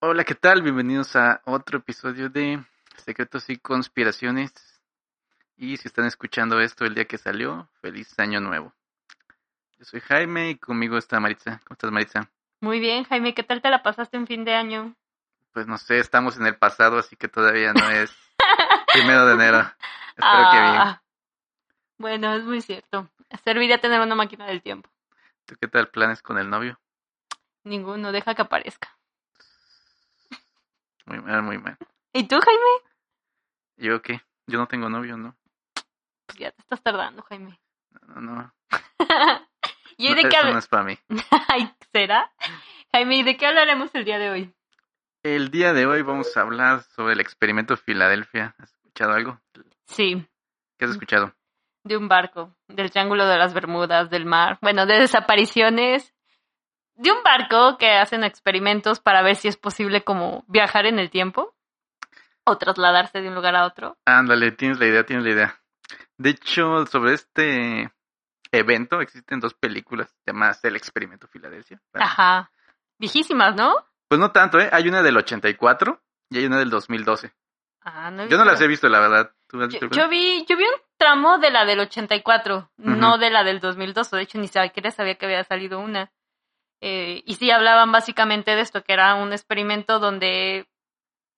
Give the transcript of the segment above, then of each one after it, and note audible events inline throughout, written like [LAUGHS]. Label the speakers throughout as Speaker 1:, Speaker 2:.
Speaker 1: Hola, ¿qué tal? Bienvenidos a otro episodio de Secretos y Conspiraciones. Y si están escuchando esto el día que salió, feliz año nuevo. Yo soy Jaime y conmigo está Maritza. ¿Cómo estás, Maritza?
Speaker 2: Muy bien, Jaime, ¿qué tal te la pasaste en fin de año?
Speaker 1: Pues no sé, estamos en el pasado, así que todavía no es primero de enero. Espero que
Speaker 2: Ah.
Speaker 1: bien.
Speaker 2: Bueno, es muy cierto. Serviría tener una máquina del tiempo.
Speaker 1: ¿Tú qué tal planes con el novio?
Speaker 2: Ninguno, deja que aparezca.
Speaker 1: Muy mal, muy mal.
Speaker 2: ¿Y tú, Jaime?
Speaker 1: ¿Yo qué? Yo no tengo novio, ¿no?
Speaker 2: Pues ya te estás tardando, Jaime. [LAUGHS]
Speaker 1: No, no, no.
Speaker 2: ¿Y hoy
Speaker 1: No,
Speaker 2: de
Speaker 1: eso
Speaker 2: qué
Speaker 1: no
Speaker 2: [LAUGHS] hablaremos?
Speaker 1: es para mí.
Speaker 2: ¿Será? Jaime, ¿y de qué hablaremos el día de hoy?
Speaker 1: El día de hoy vamos a hablar sobre el experimento Filadelfia. ¿Has escuchado algo?
Speaker 2: Sí,
Speaker 1: ¿Qué has escuchado?
Speaker 2: de un barco, del Triángulo de las Bermudas, del mar, bueno, de desapariciones, de un barco que hacen experimentos para ver si es posible como viajar en el tiempo o trasladarse de un lugar a otro.
Speaker 1: Ándale, tienes la idea, tienes la idea. De hecho, sobre este evento existen dos películas llamadas El Experimento Filadelfia.
Speaker 2: Ajá. Viejísimas, ¿no?
Speaker 1: Pues no tanto, ¿eh? Hay una del 84 y hay una del 2012.
Speaker 2: Ah, no he
Speaker 1: Yo no las
Speaker 2: visto.
Speaker 1: he visto, la verdad. ¿Tú has
Speaker 2: Yo,
Speaker 1: visto
Speaker 2: yo
Speaker 1: alguna?
Speaker 2: vi, yo vi un tramo de la del 84, no
Speaker 1: Ujú.
Speaker 2: de la del 2002. De hecho, ni siquiera sabía que había salido una. Eh, y sí, hablaban básicamente de esto, que era un experimento donde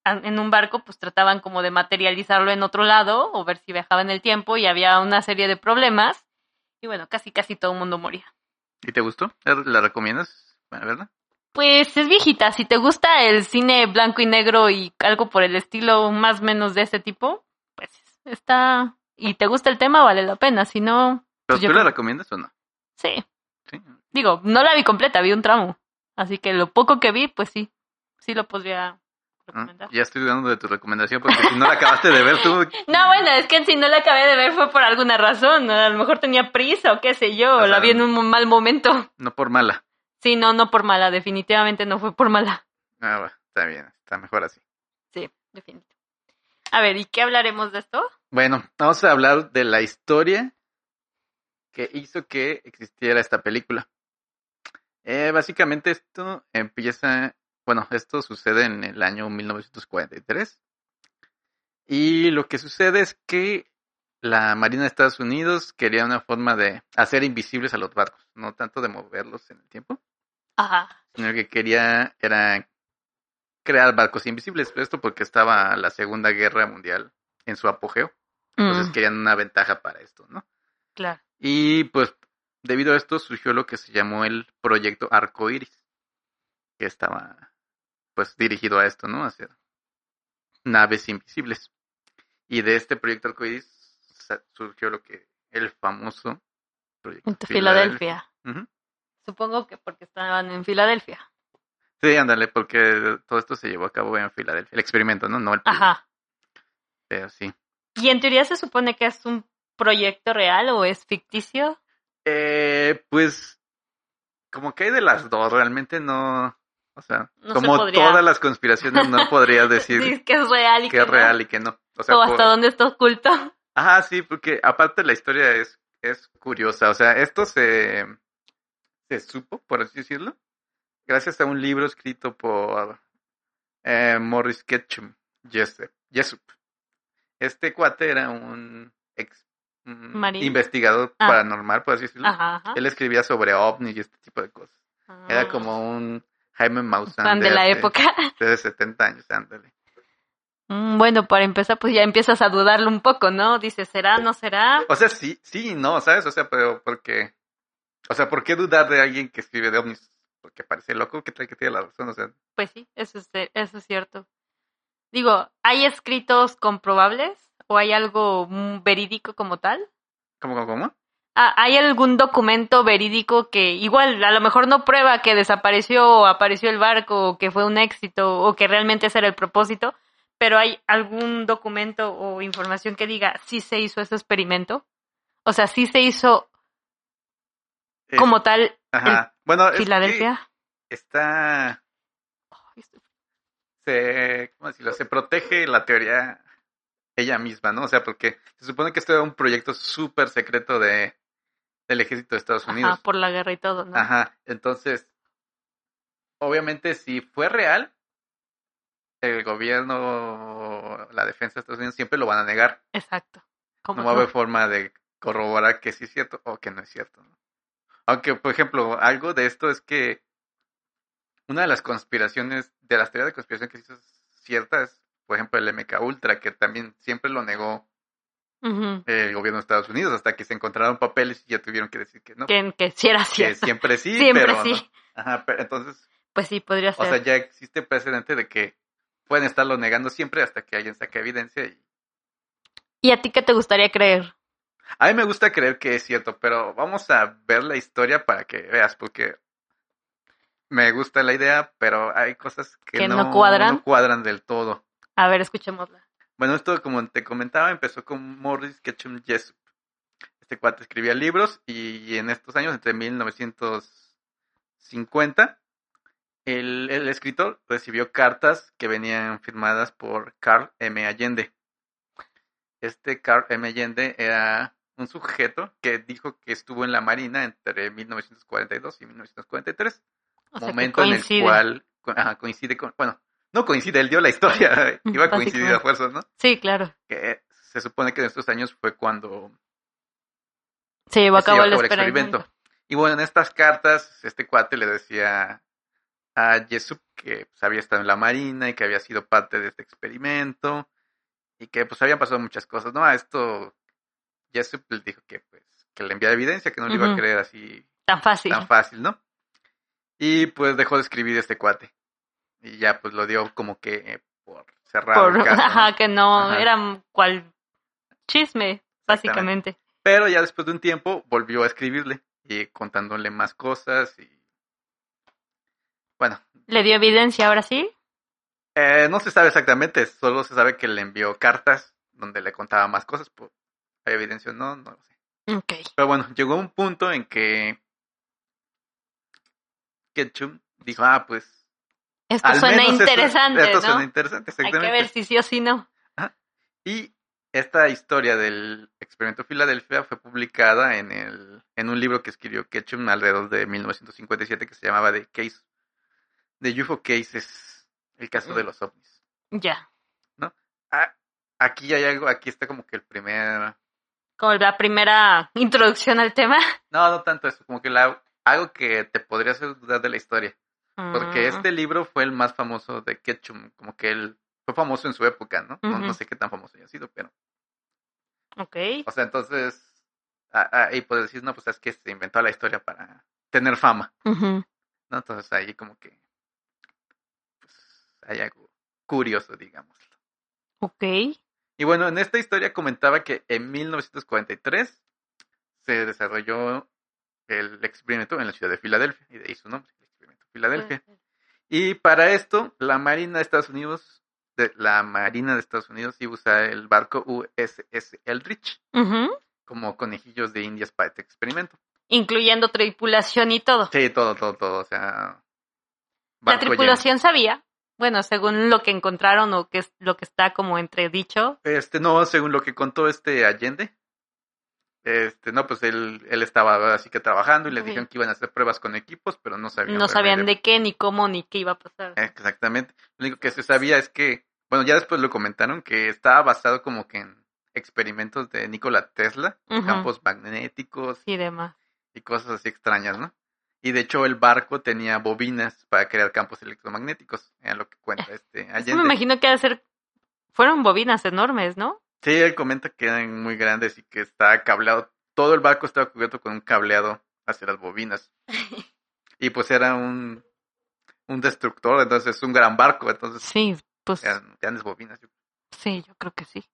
Speaker 2: a- en un barco pues trataban como de materializarlo en otro lado o ver si viajaba en el tiempo y había una serie de problemas. Y bueno, casi casi todo el mundo moría.
Speaker 1: ¿Y te gustó? ¿La la recomiendas? Bueno, ¿verdad?
Speaker 2: Pues es viejita, si te gusta el cine blanco y negro y algo por el estilo más o menos de ese tipo, pues está... Y te gusta el tema, vale la pena, si no,
Speaker 1: ¿Pero
Speaker 2: Pues yo
Speaker 1: tú la
Speaker 2: creo-
Speaker 1: recomiendas o no?
Speaker 2: sí.
Speaker 1: Sí.
Speaker 2: Digo, no la vi completa, vi un tramo. Así que lo poco que vi, pues sí, sí lo podría
Speaker 1: Ah,
Speaker 2: recomendar.
Speaker 1: Ya estoy dudando de tu recomendación porque si no la acabaste de ver tú,
Speaker 2: No, bueno, es que si no la acabé de ver fue por alguna razón, a lo mejor tenía prisa o qué sé yo,
Speaker 1: O
Speaker 2: o la
Speaker 1: sea,
Speaker 2: vi en un mal momento.
Speaker 1: no por mala.
Speaker 2: Sí, no, no por mala, definitivamente no fue por mala.
Speaker 1: Ah, va, está bien, está mejor así.
Speaker 2: Sí, definitivo. A ver, ¿y qué hablaremos de esto?
Speaker 1: Bueno, vamos a hablar de la historia que hizo que existiera esta película. Eh, básicamente esto empieza, bueno, esto sucede en el año 1943. Y lo que sucede es que la Marina de Estados Unidos quería una forma de hacer invisibles a los barcos, no tanto de moverlos en el tiempo,
Speaker 2: Ajá.
Speaker 1: sino que quería era crear barcos invisibles. Esto porque estaba la Segunda Guerra Mundial en su apogeo. Entonces
Speaker 2: Mm,
Speaker 1: querían una ventaja para esto, ¿no?
Speaker 2: claro.
Speaker 1: Y pues debido a esto surgió lo que se llamó el proyecto Arcoiris, que estaba pues dirigido a esto, ¿no? A hacer naves invisibles. Y de este proyecto Arcoiris sa- surgió lo que el famoso proyecto
Speaker 2: Entonces, Filadelfia.
Speaker 1: Ujú.
Speaker 2: Supongo que porque estaban en Filadelfia.
Speaker 1: Sí, ándale, porque todo esto se llevó a cabo en Filadelfia, el experimento, ¿no? No el proyecto,
Speaker 2: Ajá.
Speaker 1: pero sí.
Speaker 2: ¿Y en teoría se supone que es un proyecto real o es ficticio?
Speaker 1: Eh, pues, como que hay de las dos, realmente no. O sea,
Speaker 2: No se
Speaker 1: como
Speaker 2: podría.
Speaker 1: todas las conspiraciones, no
Speaker 2: [LAUGHS]
Speaker 1: podría decir
Speaker 2: Dices que es real y
Speaker 1: que es
Speaker 2: no.
Speaker 1: real y que no. O sea,
Speaker 2: o
Speaker 1: por-
Speaker 2: hasta dónde está oculto.
Speaker 1: Ajá, sí, porque aparte la historia es, es curiosa. O sea, esto se, se supo, por así decirlo, gracias a un libro escrito por eh, Morris Ketchum, Jessup. Jessup. Este cuate era un ex un
Speaker 2: Marino.
Speaker 1: investigador
Speaker 2: Ah.
Speaker 1: paranormal, por así decirlo.
Speaker 2: Ajá. ajá.
Speaker 1: Él escribía sobre ovnis y este tipo de cosas. Era
Speaker 2: Ah,
Speaker 1: como un Jaime Maussan
Speaker 2: fan de la
Speaker 1: hace-
Speaker 2: época. [LAUGHS]
Speaker 1: De 70 años, ándale.
Speaker 2: Mm, Bueno, para empezar, pues ya empiezas a dudarlo un poco, ¿no? Dices, ¿será, no será?
Speaker 1: O sea, sí, sí y no, ¿sabes? O sea, pero porque. O sea, ¿por qué dudar de alguien que escribe de ovnis? Porque parece loco, que tal que tiene la razón? O sea,
Speaker 2: Pues sí, eso es, ce- eso es cierto. Digo, ¿hay escritos comprobables o hay algo mm, verídico como tal?
Speaker 1: ¿cómo, cómo, cómo?
Speaker 2: Ah, ¿Hay algún documento verídico que igual a lo mejor no prueba que desapareció o apareció el barco o que fue un éxito o que realmente ese era el propósito? Pero hay algún documento o información que diga si se hizo ese experimento? O sea, si se hizo
Speaker 1: Es-
Speaker 2: como tal
Speaker 1: Eh, Ajá. Bueno, es que
Speaker 2: Filadelfia?
Speaker 1: está. Se. ¿Cómo decirlo? Se protege la teoría ella misma, ¿no? O sea, porque se supone que esto era un proyecto súper secreto de, del ejército de Estados Unidos.
Speaker 2: Ajá, por la guerra y todo, ¿no?
Speaker 1: Ajá, entonces, obviamente si fue real, el gobierno, la defensa de Estados Unidos siempre lo van a negar.
Speaker 2: Exacto. Como
Speaker 1: no va a haber
Speaker 2: tú.
Speaker 1: forma de corroborar que sí es cierto o que no es cierto. ¿no? Aunque, por ejemplo, algo de esto es que una de las conspiraciones, de las teorías de conspiración que sí son ciertas, por ejemplo, el MK Ultra, que también siempre lo negó
Speaker 2: Ujú.
Speaker 1: el gobierno de Estados Unidos hasta que se encontraron papeles y ya tuvieron que decir que no.
Speaker 2: que, que sí era
Speaker 1: Que
Speaker 2: cierto.
Speaker 1: siempre sí,
Speaker 2: Siempre
Speaker 1: pero
Speaker 2: sí.
Speaker 1: no. Ajá, pero entonces,
Speaker 2: Pues sí, podría
Speaker 1: o
Speaker 2: ser.
Speaker 1: sea, ya existe precedente de que pueden estarlo negando siempre hasta que alguien saque evidencia y
Speaker 2: ¿Y a ti qué te gustaría creer?
Speaker 1: A mí me gusta creer que es cierto, pero vamos a ver la historia para que veas, porque me gusta la idea, pero hay cosas que,
Speaker 2: Que no
Speaker 1: no,
Speaker 2: cuadran.
Speaker 1: no cuadran del todo.
Speaker 2: A ver, escuchémosla.
Speaker 1: Bueno, esto, como te comentaba, empezó con Morris Ketchum Jessup. Este cuate escribía libros y en estos años, entre 1950, el, el escritor recibió cartas que venían firmadas por Carl M. Allende. Este Carl M. Allende era un sujeto que dijo que estuvo en la Marina entre 1942 y 1943
Speaker 2: O sea, que
Speaker 1: momento en el
Speaker 2: coincide.
Speaker 1: cual co- ajá, coincide con, bueno, no coincide, él dio la historia, [LAUGHS]
Speaker 2: [LAUGHS]
Speaker 1: iba a coincidir a
Speaker 2: Básicamente.
Speaker 1: fuerzas, ¿no?
Speaker 2: Sí, claro.
Speaker 1: Que se supone que en estos años fue cuando
Speaker 2: Se llevó a
Speaker 1: se
Speaker 2: cabo
Speaker 1: llevó
Speaker 2: el
Speaker 1: a cabo
Speaker 2: experimento.
Speaker 1: Y bueno, en estas cartas, este cuate le decía a Jesup que pues, había estado en la Marina y que había sido parte de este experimento y que pues habían pasado muchas cosas, ¿no? A esto Jesup le dijo que pues que le enviara evidencia, que no le iba a
Speaker 2: Ujú.
Speaker 1: creer así
Speaker 2: Tan fácil.
Speaker 1: tan fácil, ¿no? Y pues dejó de escribir este cuate. Y ya pues lo dio como que eh, por cerrado
Speaker 2: [LAUGHS] Por-
Speaker 1: el
Speaker 2: [LAUGHS]
Speaker 1: caso, ¿no?
Speaker 2: ajá, que no,
Speaker 1: Ajá.
Speaker 2: era cual chisme, básicamente.
Speaker 1: Pero ya después de un tiempo volvió a escribirle y contándole más cosas y bueno,
Speaker 2: Le dio evidencia, ahora sí.
Speaker 1: eh, no se sabe exactamente, solo se sabe que le envió cartas donde le contaba más cosas, pues, hay evidencia, o no, no lo sé.
Speaker 2: Ok.
Speaker 1: Pero bueno, llegó un punto en que Ketchum dijo, ah, pues
Speaker 2: Esto
Speaker 1: al
Speaker 2: suena
Speaker 1: menos esto-
Speaker 2: interesante,
Speaker 1: esto,
Speaker 2: ¿no?
Speaker 1: suena interesante,
Speaker 2: Hay que
Speaker 1: exactamente.
Speaker 2: ver si sí o si no.
Speaker 1: Y esta historia del experimento Filadelfia fue publicada en, el, en un libro que escribió Ketchum alrededor de 1957 que se llamaba The Case, The UFO Cases, el caso
Speaker 2: Mm.
Speaker 1: de los ovnis.
Speaker 2: Ya.
Speaker 1: Ah, aquí hay algo, aquí está como que el primer...
Speaker 2: Como la primera introducción al tema.
Speaker 1: No, no tanto eso, como que la, algo que te podría hacer dudar de la historia. Porque
Speaker 2: Mm,
Speaker 1: este libro fue el más famoso de Ketchum, como que él fue famoso en su época, ¿no? No, no
Speaker 2: Ujú.
Speaker 1: sé qué tan famoso haya sido, pero...
Speaker 2: Ok.
Speaker 1: O sea, entonces, a- ahí puedes decir, no, pues es que se inventó la historia para tener fama,
Speaker 2: Ujú.
Speaker 1: ¿no? Entonces ahí como que, pues, hay algo curioso, digamos.
Speaker 2: Ok.
Speaker 1: Y bueno, en esta historia comentaba que en 1943 se desarrolló el experimento en la ciudad de Filadelfia, y de ahí su nombre, el experimento Filadelfia. Y para esto, la Marina de Estados Unidos, de, la Marina de Estados Unidos iba a usar el barco USS Eldridge
Speaker 2: Ujú.
Speaker 1: como conejillos de indias para este experimento.
Speaker 2: Incluyendo tripulación y todo.
Speaker 1: Sí, todo, todo, todo, o sea...
Speaker 2: La
Speaker 1: barco lleno.
Speaker 2: tripulación sabía, bueno, según lo que encontraron o que es lo que está como entredicho.
Speaker 1: Este, no, según lo que contó este Allende, este, no, pues él, él estaba así que trabajando y le
Speaker 2: Ok.
Speaker 1: dijeron que iban a hacer pruebas con equipos, pero no sabían.
Speaker 2: No sabían
Speaker 1: realmente-
Speaker 2: de qué, ni cómo, ni qué iba a pasar.
Speaker 1: Exactamente. Lo único que se sabía es que, bueno, ya después lo comentaron, que estaba basado como que en experimentos de Nikola Tesla, con
Speaker 2: Ujú.
Speaker 1: campos magnéticos
Speaker 2: Y demás.
Speaker 1: y cosas así extrañas, ¿no? Y de hecho el barco tenía bobinas para crear campos electromagnéticos, era lo que cuenta este
Speaker 2: Es
Speaker 1: Allende.
Speaker 2: que Ah, me imagino que ha de ser. Fueron bobinas enormes, ¿no?
Speaker 1: Sí, él comenta que eran muy grandes y que está cableado. Todo el barco estaba cubierto con un cableado hacia las
Speaker 2: [LAUGHS]
Speaker 1: bobinas. Y pues era un, un destructor, entonces un gran barco, entonces
Speaker 2: Sí, pues
Speaker 1: eran grandes bobinas.
Speaker 2: sí, yo creo que sí.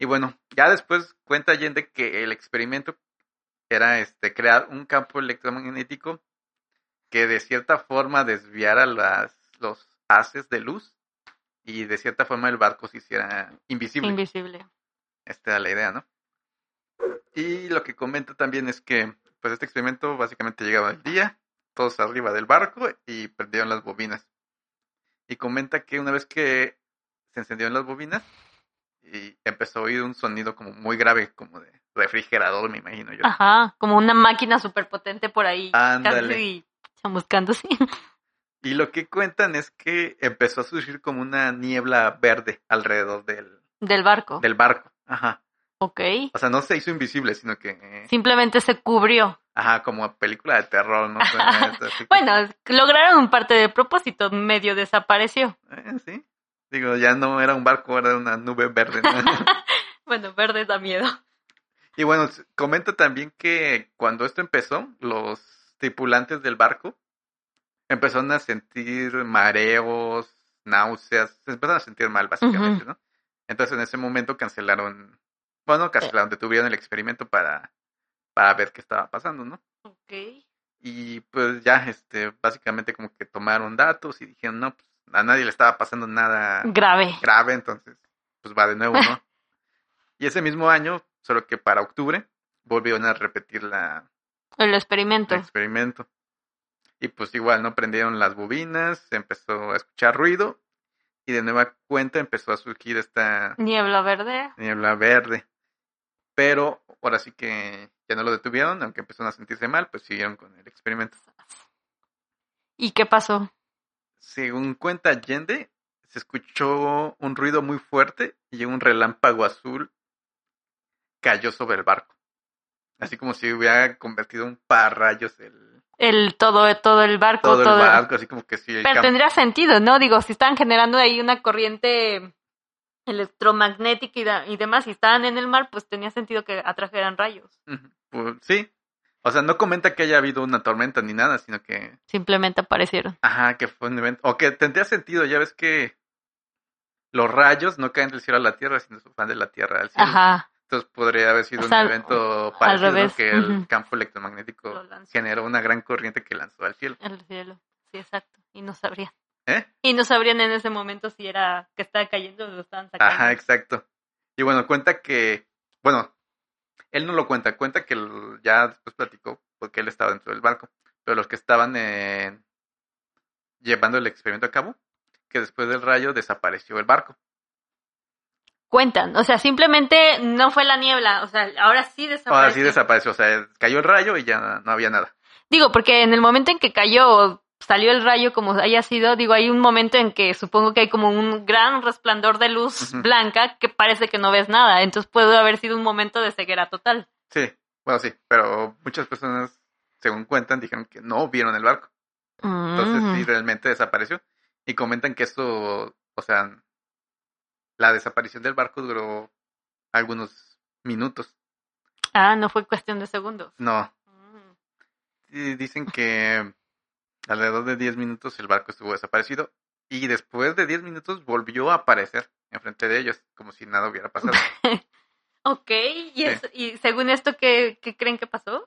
Speaker 1: Y bueno, ya después cuenta Allende que el experimento era este crear un campo electromagnético que de cierta forma desviara las, los haces de luz y de cierta forma el barco se hiciera invisible.
Speaker 2: Invisible.
Speaker 1: Esta era este, la idea, ¿no? Y lo que comenta también es que, pues este experimento básicamente llegaba el día, todos arriba del barco y prendieron las bobinas. Y comenta que una vez que se encendieron las bobinas y empezó a oír un sonido como muy grave, como de refrigerador, me imagino yo.
Speaker 2: Ah. Ajá, como una máquina superpotente por ahí.
Speaker 1: Ándale.
Speaker 2: Casi chamuscándose. [LAUGHS]
Speaker 1: Y lo que cuentan es que empezó a surgir como una niebla verde alrededor del,
Speaker 2: Del barco.
Speaker 1: del barco. Ajá.
Speaker 2: Ok.
Speaker 1: O sea, no se hizo invisible, sino que... eh,
Speaker 2: Simplemente se cubrió.
Speaker 1: Ajá, como película de terror, ¿no? Suena esto así como-
Speaker 2: Bueno, lograron un parte del propósito, medio desapareció.
Speaker 1: Eh, sí. Digo, ya no era un barco, era una nube verde. ¿no? [LAUGHS]
Speaker 2: Bueno, verde da miedo.
Speaker 1: y bueno, s- comenta también que cuando esto empezó, los tripulantes del barco empezaron a sentir mareos, náuseas, se empezaron a sentir mal básicamente, ¿no? Entonces en ese momento cancelaron, bueno, cancelaron, detuvieron el experimento para, para ver qué estaba pasando, ¿no?
Speaker 2: Ok.
Speaker 1: Y pues ya, este, básicamente como que tomaron datos y dijeron, no, pues a nadie le estaba pasando nada
Speaker 2: Grave.
Speaker 1: grave, entonces pues va de nuevo, ¿no? y ese mismo año, solo que para octubre, volvieron a repetir la,
Speaker 2: El
Speaker 1: el
Speaker 2: experimento.
Speaker 1: experimento. Y pues igual, ¿no? Prendieron las bobinas, se empezó a escuchar ruido y de nueva cuenta empezó a surgir esta
Speaker 2: Niebla verde.
Speaker 1: niebla verde. Pero ahora sí que ya no lo detuvieron, aunque empezaron a sentirse mal, pues siguieron con el experimento.
Speaker 2: ¿Y qué pasó?
Speaker 1: Según cuenta Allende, se escuchó un ruido muy fuerte y un relámpago azul cayó sobre el barco. Así como si hubiera convertido en un parrayos el,
Speaker 2: El todo, todo el barco,
Speaker 1: todo, el
Speaker 2: todo-
Speaker 1: barco, así como que si el
Speaker 2: Pero
Speaker 1: cam-
Speaker 2: tendría sentido, ¿no? Digo, si estaban generando ahí una corriente electromagnética y, da- y demás, y estaban en el mar, pues tenía sentido que atrajeran rayos.
Speaker 1: Ujú, pues, sí. O sea, no comenta que haya habido una tormenta ni nada, sino que,
Speaker 2: Simplemente aparecieron.
Speaker 1: ajá, que fue un evento. O que tendría sentido, ya ves que los rayos no caen del cielo a la tierra, sino se van de la tierra al cielo.
Speaker 2: Ajá.
Speaker 1: Entonces podría haber sido
Speaker 2: O sea,
Speaker 1: un evento parecido
Speaker 2: Pues revés,
Speaker 1: que el
Speaker 2: ujú.
Speaker 1: campo electromagnético
Speaker 2: Lo lanzó.
Speaker 1: generó una gran corriente que lanzó al cielo.
Speaker 2: El cielo. Sí, exacto. Y no sabrían.
Speaker 1: ¿Eh?
Speaker 2: Y no sabrían en ese momento si era que estaba cayendo o lo estaban sacando.
Speaker 1: Ajá, exacto. Y bueno, cuenta que, bueno, él no lo cuenta, cuenta que el- ya después platicó porque él estaba dentro del barco, pero los que estaban eh, llevando el experimento a cabo, que después del rayo desapareció el barco.
Speaker 2: Cuentan. O sea, simplemente no fue la niebla. O sea, ahora sí desapareció.
Speaker 1: Ahora sí desapareció, o sea, eh, cayó el rayo y ya no había nada.
Speaker 2: Digo, porque en el momento en que cayó o salió el rayo, como haya sido, digo, hay un momento en que supongo que hay como un gran resplandor de luz
Speaker 1: Ujú.
Speaker 2: blanca que parece que no ves nada. Entonces puede haber sido un momento de ceguera total.
Speaker 1: Sí, bueno, sí, pero muchas personas, según cuentan, dijeron que no vieron el barco. Entonces sí,
Speaker 2: Mm.
Speaker 1: realmente desapareció. Y comentan que esto, o sea, la desaparición del barco duró algunos minutos.
Speaker 2: Ah, no fue cuestión de segundos.
Speaker 1: No,
Speaker 2: Mm.
Speaker 1: y dicen que alrededor de 10 minutos el barco estuvo desaparecido y después de 10 minutos volvió a aparecer enfrente de ellos, como si nada hubiera pasado.
Speaker 2: Ok, ¿y, es- y según esto, ¿qué, qué creen que pasó?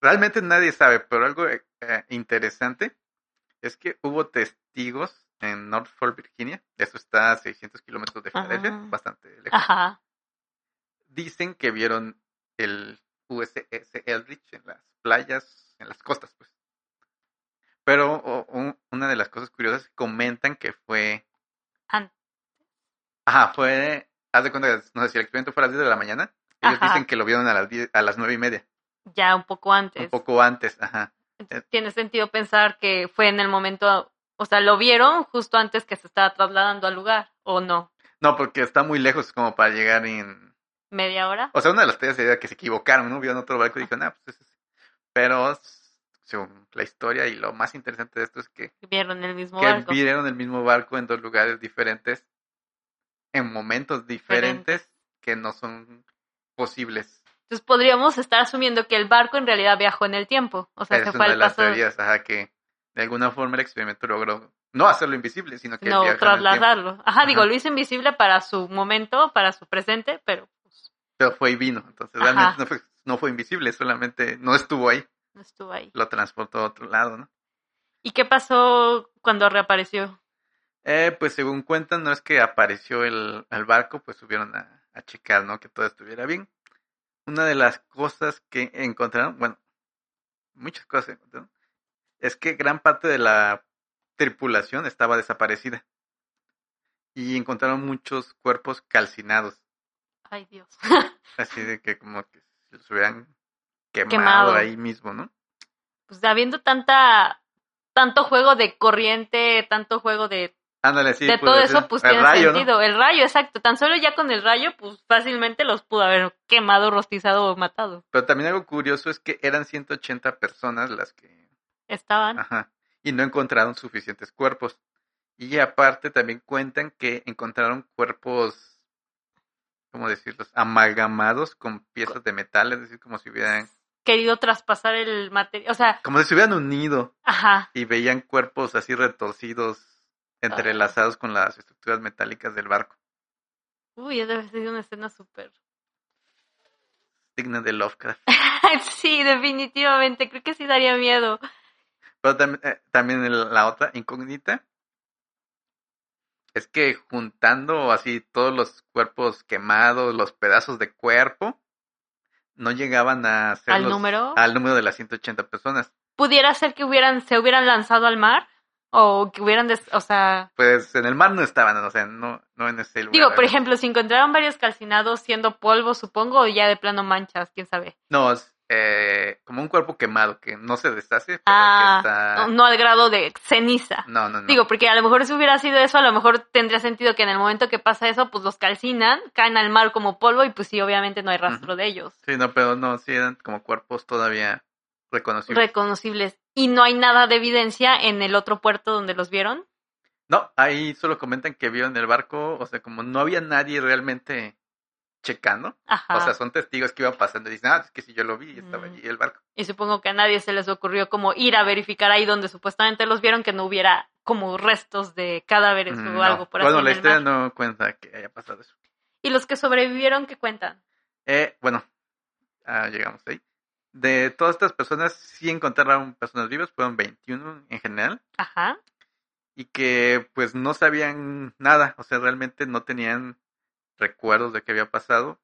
Speaker 1: Realmente nadie sabe, pero algo eh, interesante es que hubo testigos en Norfolk, Virginia. Eso está a 600 kilómetros de Filadelfia,
Speaker 2: Ah.
Speaker 1: bastante lejos.
Speaker 2: Ajá.
Speaker 1: dicen que vieron el USS Eldridge en las playas, en las costas, pues. Pero o- un- una de las cosas curiosas que comentan que fue.
Speaker 2: An-
Speaker 1: Ajá, fue. Haz de cuenta que, no sé si el experimento fue a las 10 de la mañana. Ellos
Speaker 2: Ajá.
Speaker 1: dicen que lo vieron a las, 10 a las 9 y media,
Speaker 2: Ya un poco antes.
Speaker 1: un poco antes, ajá.
Speaker 2: Entonces, tiene sentido pensar que fue en el momento, o sea, lo vieron justo antes que se estaba trasladando al lugar, ¿o no?
Speaker 1: No, porque está muy lejos como para llegar en.
Speaker 2: ¿Media hora?
Speaker 1: O sea, una de las teorías sería que se equivocaron, ¿no? Vieron otro barco y dijeron, ah, pues es ese". Pero según la historia y lo más interesante de esto es que
Speaker 2: Vieron el mismo
Speaker 1: que
Speaker 2: barco.
Speaker 1: vieron el mismo barco en dos lugares diferentes, en momentos diferentes, que no son posibles.
Speaker 2: Entonces podríamos estar asumiendo que el barco en realidad viajó en el tiempo. O sea,
Speaker 1: Esa
Speaker 2: se
Speaker 1: es
Speaker 2: fue
Speaker 1: una de
Speaker 2: al
Speaker 1: las
Speaker 2: pasado.
Speaker 1: teorías, ajá, que de alguna forma el experimento logró no hacerlo invisible, sino que
Speaker 2: No,
Speaker 1: viajar en el tiempo.
Speaker 2: trasladarlo. Ajá, digo,
Speaker 1: Ajá.
Speaker 2: lo hizo invisible para su momento, para su presente, pero pues,
Speaker 1: Pero fue y vino, entonces
Speaker 2: Ajá.
Speaker 1: realmente no fue, no fue invisible, solamente no estuvo ahí,
Speaker 2: no estuvo ahí.
Speaker 1: lo transportó a otro lado, ¿no?
Speaker 2: ¿Y qué pasó cuando reapareció?
Speaker 1: Eh, pues según cuentan, no es que apareció el, el barco, pues subieron a, a checar, ¿no? Que todo estuviera bien. Una de las cosas que encontraron, bueno, muchas cosas encontraron, es que gran parte de la tripulación estaba desaparecida. Y encontraron muchos cuerpos calcinados,
Speaker 2: Ay, Dios. [LAUGHS]
Speaker 1: así de que como que se los hubieran quemado,
Speaker 2: Quemado.
Speaker 1: ahí mismo, ¿no?
Speaker 2: Pues habiendo tanta tanto juego de corriente, tanto juego de,
Speaker 1: Ándale, sí.
Speaker 2: de
Speaker 1: pudo
Speaker 2: todo
Speaker 1: ser.
Speaker 2: eso, pues
Speaker 1: El
Speaker 2: tiene
Speaker 1: rayo, ¿no?
Speaker 2: sentido. El rayo, exacto. Tan solo ya con el rayo, pues fácilmente los pudo haber quemado, rostizado o matado.
Speaker 1: Pero también algo curioso es que eran 180 personas las que...
Speaker 2: Estaban.
Speaker 1: Ajá. Y no encontraron suficientes cuerpos. Y aparte también cuentan que encontraron cuerpos, ¿cómo decirlos? Amalgamados con piezas de metal, es decir, como si hubieran,
Speaker 2: Querido traspasar el material. O sea,
Speaker 1: como si se hubieran unido
Speaker 2: ajá.
Speaker 1: y veían cuerpos así retorcidos, entrelazados con las estructuras metálicas del barco.
Speaker 2: Uy, ya debe haber sido una escena súper.
Speaker 1: Digna de Lovecraft.
Speaker 2: [LAUGHS] sí, definitivamente. Creo que sí daría miedo.
Speaker 1: Pero también, eh, también el- la otra incógnita es que juntando así todos los cuerpos quemados, los pedazos de cuerpo, no llegaban a ser
Speaker 2: Al
Speaker 1: los-
Speaker 2: número.
Speaker 1: al número de las 180 personas.
Speaker 2: Pudiera ser que hubieran, se hubieran lanzado al mar o que hubieran, des- o sea,
Speaker 1: Pues en el mar no estaban, o sea, no, no en ese lugar.
Speaker 2: Digo, por
Speaker 1: había-
Speaker 2: ejemplo, si encontraron varios calcinados siendo polvo, supongo, o ya de plano manchas, quién sabe.
Speaker 1: No, es, eh, como un cuerpo quemado que no se deshace, pero
Speaker 2: Ah,
Speaker 1: que está...
Speaker 2: No, no al grado de ceniza.
Speaker 1: No, no, no.
Speaker 2: Digo, porque a lo mejor si hubiera sido eso, a lo mejor tendría sentido que en el momento que pasa eso, pues los calcinan, caen al mar como polvo y pues sí, obviamente no hay rastro de ellos.
Speaker 1: Sí, no, pero no, sí eran como cuerpos todavía reconocibles.
Speaker 2: Reconocibles. Y no hay nada de evidencia en el otro puerto donde los vieron.
Speaker 1: No, ahí solo comentan que vieron el barco, o sea, como no había nadie realmente checando,
Speaker 2: Ajá.
Speaker 1: o sea, son testigos que iban pasando y dicen, ah, es que si yo lo vi, estaba
Speaker 2: Ah. Mm.
Speaker 1: allí el barco.
Speaker 2: y supongo que a nadie se les ocurrió como ir a verificar ahí donde supuestamente los vieron que no hubiera como restos de cadáveres
Speaker 1: Mm,
Speaker 2: o
Speaker 1: no.
Speaker 2: algo por así.
Speaker 1: bueno,
Speaker 2: en
Speaker 1: la
Speaker 2: el mar.
Speaker 1: historia no cuenta que haya pasado eso.
Speaker 2: ¿Y los que sobrevivieron qué cuentan?
Speaker 1: Eh, bueno, ah, llegamos ahí. De todas estas personas, sí encontraron personas vivas, fueron 21 en general,
Speaker 2: Ajá.
Speaker 1: y que pues no sabían nada, o sea, realmente no tenían recuerdos de qué había pasado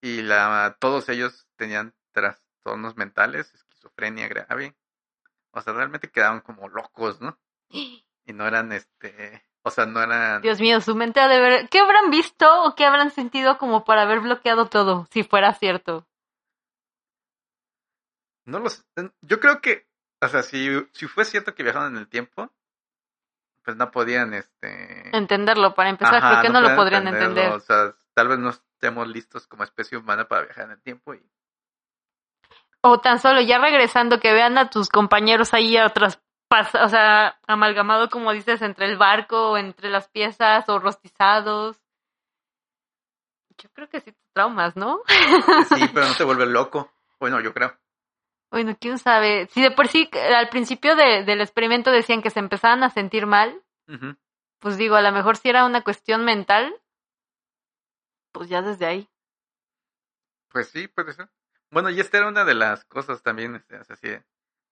Speaker 1: y la todos ellos tenían trastornos mentales, esquizofrenia grave. O sea, realmente quedaban como locos,
Speaker 2: [GASPS]
Speaker 1: ¿no? Y no eran este, o sea, no eran
Speaker 2: Dios mío, su mente ha de ver... ¿Qué habrán visto o qué habrán sentido como para haber bloqueado todo, si fuera cierto?
Speaker 1: no los yo creo que o sea, si si fue cierto que viajaban en el tiempo, pues no podían este
Speaker 2: Entenderlo, para empezar, creo que pues, no, lo
Speaker 1: pueden
Speaker 2: podrían
Speaker 1: entenderlo,
Speaker 2: entender.
Speaker 1: O sea, tal vez no estemos listos como especie humana para viajar en el tiempo y
Speaker 2: O tan solo ya regresando, que vean a tus compañeros ahí a otras... pas- O sea, amalgamado, como dices, entre el barco, o entre las piezas o rostizados. Yo creo que sí te traumas, ¿no? [LAUGHS]
Speaker 1: Sí, pero no se vuelve loco. Bueno, yo creo.
Speaker 2: Bueno, quién sabe. Si de por sí, eh, al principio de- del experimento decían que se empezaban a sentir mal,
Speaker 1: Ujú.
Speaker 2: pues digo, a lo mejor si era una cuestión mental, pues ya desde ahí.
Speaker 1: Pues sí, puede ser. Bueno, y esta era una de las cosas también, este, o sea, sí,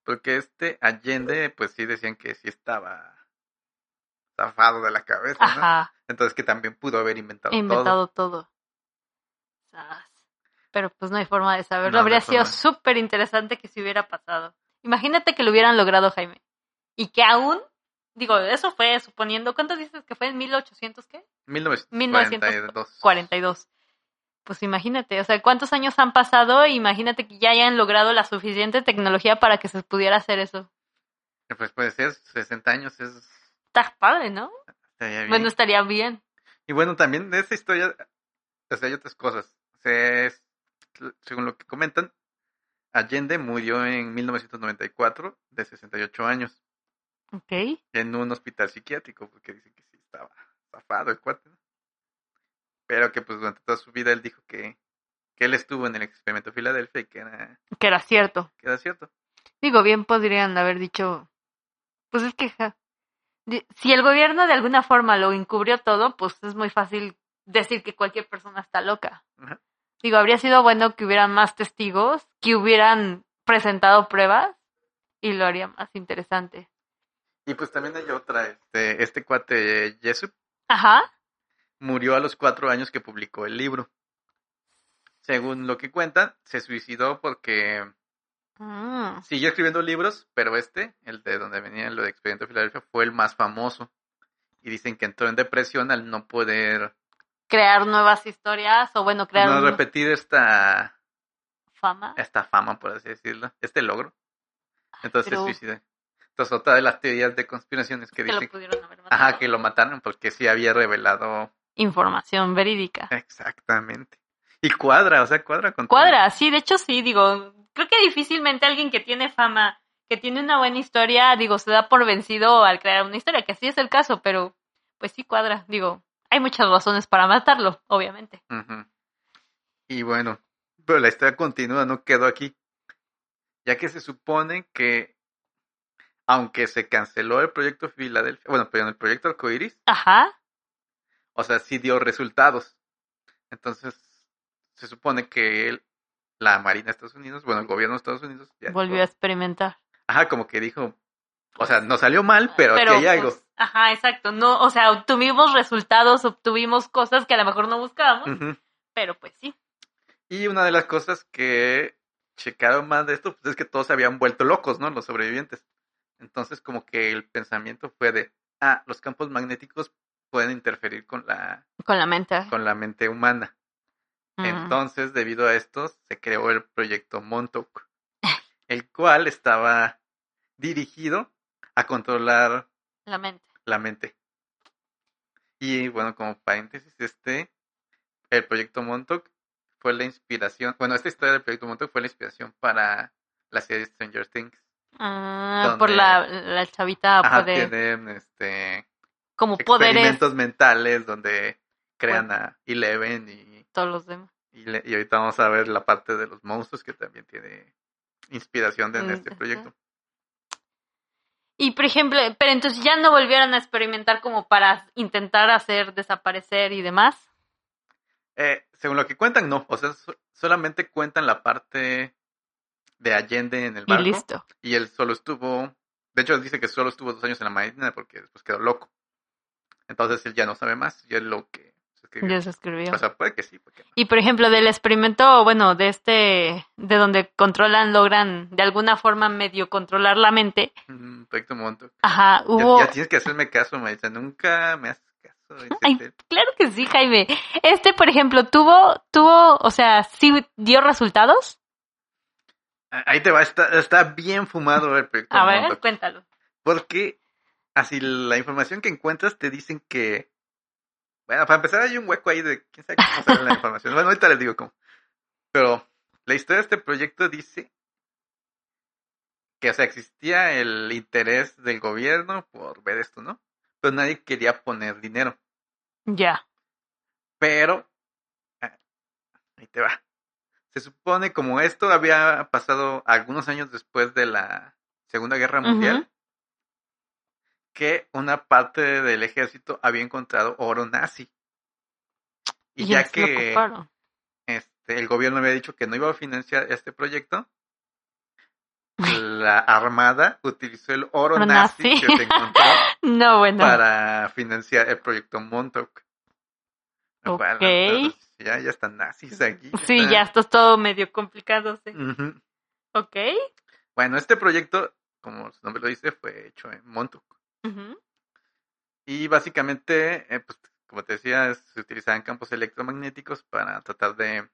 Speaker 1: porque este Allende, pues sí decían que sí estaba zafado de la cabeza, ¿no?
Speaker 2: Ajá,
Speaker 1: Entonces que también pudo haber inventado,
Speaker 2: he
Speaker 1: todo.
Speaker 2: inventado todo. Sas. Pero pues no hay forma de saberlo.
Speaker 1: No, no
Speaker 2: Habría
Speaker 1: hay
Speaker 2: sido
Speaker 1: forma.
Speaker 2: súper interesante que se hubiera pasado. Imagínate que lo hubieran logrado, Jaime. Y que aún, digo, eso fue suponiendo, ¿cuánto dices que fue en 1800 qué?
Speaker 1: 1942.
Speaker 2: 42. Pues imagínate, o sea, ¿cuántos años han pasado? Imagínate que ya hayan logrado la suficiente tecnología para que se pudiera hacer eso.
Speaker 1: Pues puede ser, 60 años es...
Speaker 2: Está padre, ¿no?
Speaker 1: estaría bien.
Speaker 2: Bueno, estaría bien.
Speaker 1: Y bueno, también de esa historia, o sea, hay otras cosas. Se- es- según lo que comentan, Allende murió en 1994 de 68 años.
Speaker 2: Ok.
Speaker 1: en un hospital psiquiátrico, porque dicen que sí estaba zafado el cuate, ¿no? Pero que pues durante toda su vida él dijo que, que él estuvo en el experimento Filadelfia y que era,
Speaker 2: Que era cierto.
Speaker 1: que era cierto.
Speaker 2: Digo, bien podrían haber dicho. Pues es que. ja, di- Si el gobierno de alguna forma lo encubrió todo, pues es muy fácil decir que cualquier persona está loca.
Speaker 1: Ajá.
Speaker 2: Digo, habría sido bueno que hubieran más testigos, que hubieran presentado pruebas y lo haría más interesante.
Speaker 1: Y pues también hay otra, este, este cuate Jesup
Speaker 2: Ajá.
Speaker 1: murió a los cuatro años que publicó el libro. Según lo que cuentan, se suicidó porque
Speaker 2: Ah,
Speaker 1: siguió escribiendo libros, pero este, el de donde venía lo de Experimento Filadelfia, fue el más famoso. Y dicen que entró en depresión al no poder
Speaker 2: crear nuevas historias o bueno, crear
Speaker 1: no
Speaker 2: una
Speaker 1: repetir esta
Speaker 2: fama.
Speaker 1: esta fama, por así decirlo, este logro. Entonces
Speaker 2: Ah, pero-
Speaker 1: se suicida. otra de las teorías de conspiraciones que
Speaker 2: que lo
Speaker 1: dicen
Speaker 2: pudieron haber matado.
Speaker 1: ajá, que lo mataron porque sí había revelado
Speaker 2: Información verídica.
Speaker 1: exactamente. Y cuadra, o sea, cuadra con todo.
Speaker 2: Cuadra, sí, de hecho sí, digo, creo que difícilmente alguien que tiene fama, que tiene una buena historia, digo, se da por vencido al crear una historia, que así es el caso, pero pues sí cuadra, digo, hay muchas razones para matarlo, obviamente.
Speaker 1: Ujú. Y bueno, pero la historia continúa, no quedó aquí. Ya que se supone que, aunque se canceló el proyecto Filadelfia, bueno, pero el proyecto Arcoiris,
Speaker 2: Ajá,
Speaker 1: o sea, sí dio resultados. Entonces, se supone que el- la Marina de Estados Unidos, bueno, el gobierno de Estados Unidos, ya-
Speaker 2: volvió a experimentar.
Speaker 1: ajá, como que dijo, o sea, no salió mal, pero, aquí hay algo.
Speaker 2: pues, ajá, exacto, no, o sea, obtuvimos resultados, obtuvimos cosas que a lo mejor no buscábamos,
Speaker 1: Ujú.
Speaker 2: pero pues sí.
Speaker 1: Y una de las cosas que checaron más de esto pues, es que todos se habían vuelto locos, ¿no? Los sobrevivientes. Entonces, como que el pensamiento fue de, ah, los campos magnéticos pueden interferir con la,
Speaker 2: Con la mente.
Speaker 1: con la mente humana.
Speaker 2: Ujú.
Speaker 1: Entonces, debido a esto, se creó el proyecto Montauk, el cual estaba dirigido a controlar
Speaker 2: mm, La mente.
Speaker 1: la mente. Y bueno, como paréntesis, este, el proyecto Montauk fue la inspiración, bueno, esta historia del proyecto Montauk fue la inspiración para la serie Stranger Things.
Speaker 2: Ah, por
Speaker 1: Donde-
Speaker 2: la, la chavita
Speaker 1: Ajá,
Speaker 2: poder,
Speaker 1: tienen este,
Speaker 2: como poderes
Speaker 1: experimentos mentales donde crean a Eleven y,
Speaker 2: todos los demás.
Speaker 1: y, le- y ahorita vamos a ver la parte de los monstruos que también tiene inspiración de, en
Speaker 2: Mm,
Speaker 1: este
Speaker 2: ajá.
Speaker 1: proyecto.
Speaker 2: Y por ejemplo, pero entonces ya no volvieron a experimentar como para intentar hacer desaparecer y demás.
Speaker 1: Eh, según lo que cuentan, no, o sea, so- solamente cuentan la parte de Allende en el barco.
Speaker 2: Y listo.
Speaker 1: Y él solo estuvo, de hecho dice que solo estuvo dos años en la marina porque después quedó loco. Entonces él ya no sabe más, ya es lo que se escribió.
Speaker 2: Ya se escribió.
Speaker 1: O sea, puede que sí, porque
Speaker 2: Y por ejemplo, del experimento, bueno, de este, de donde controlan, logran de alguna forma medio controlar la mente.
Speaker 1: mm, un proyecto monto.
Speaker 2: Ajá,
Speaker 1: Ya-
Speaker 2: hubo.
Speaker 1: Ya, tienes que hacerme caso, Marisa, nunca me haces caso. insiste.
Speaker 2: Claro que sí, Jaime. Este, por ejemplo, tuvo, tuvo, o sea, sí dio resultados.
Speaker 1: A- Ahí te va, está, está bien fumado el proyecto
Speaker 2: A ver,
Speaker 1: Montauk.
Speaker 2: cuéntalo.
Speaker 1: Porque así la información que encuentras te dicen que. Bueno, para empezar hay un hueco ahí de quién sabe cómo sale la información. Bueno, ahorita les digo cómo. Pero la historia de este proyecto dice que, o sea, existía el interés del gobierno por ver esto, ¿no? Pero nadie quería poner dinero.
Speaker 2: Ya.
Speaker 1: Pero ah, ahí te va. Se supone como esto había pasado algunos años después de la Segunda Guerra
Speaker 2: Ujú.
Speaker 1: Mundial, que una parte del ejército había encontrado oro nazi. Y, ya
Speaker 2: entonces lo
Speaker 1: que
Speaker 2: ocuparon.
Speaker 1: este, el gobierno había dicho que no iba a financiar este [LAUGHS] proyecto, la armada utilizó el oro
Speaker 2: Oro
Speaker 1: nazi,
Speaker 2: nazi.
Speaker 1: que se encontró
Speaker 2: No, bueno.
Speaker 1: para financiar el proyecto Montauk. Lo cual,
Speaker 2: Ok.
Speaker 1: entonces, ya, ya están nazis aquí. Ah.
Speaker 2: Sí, ya
Speaker 1: están-
Speaker 2: esto es todo medio complicado, sí.
Speaker 1: Ujú.
Speaker 2: Ok.
Speaker 1: Bueno, este proyecto, como su nombre lo dice, fue hecho en Montauk.
Speaker 2: ujú.
Speaker 1: Y básicamente, eh, pues, como te decía, es- se utilizaban campos electromagnéticos para tratar de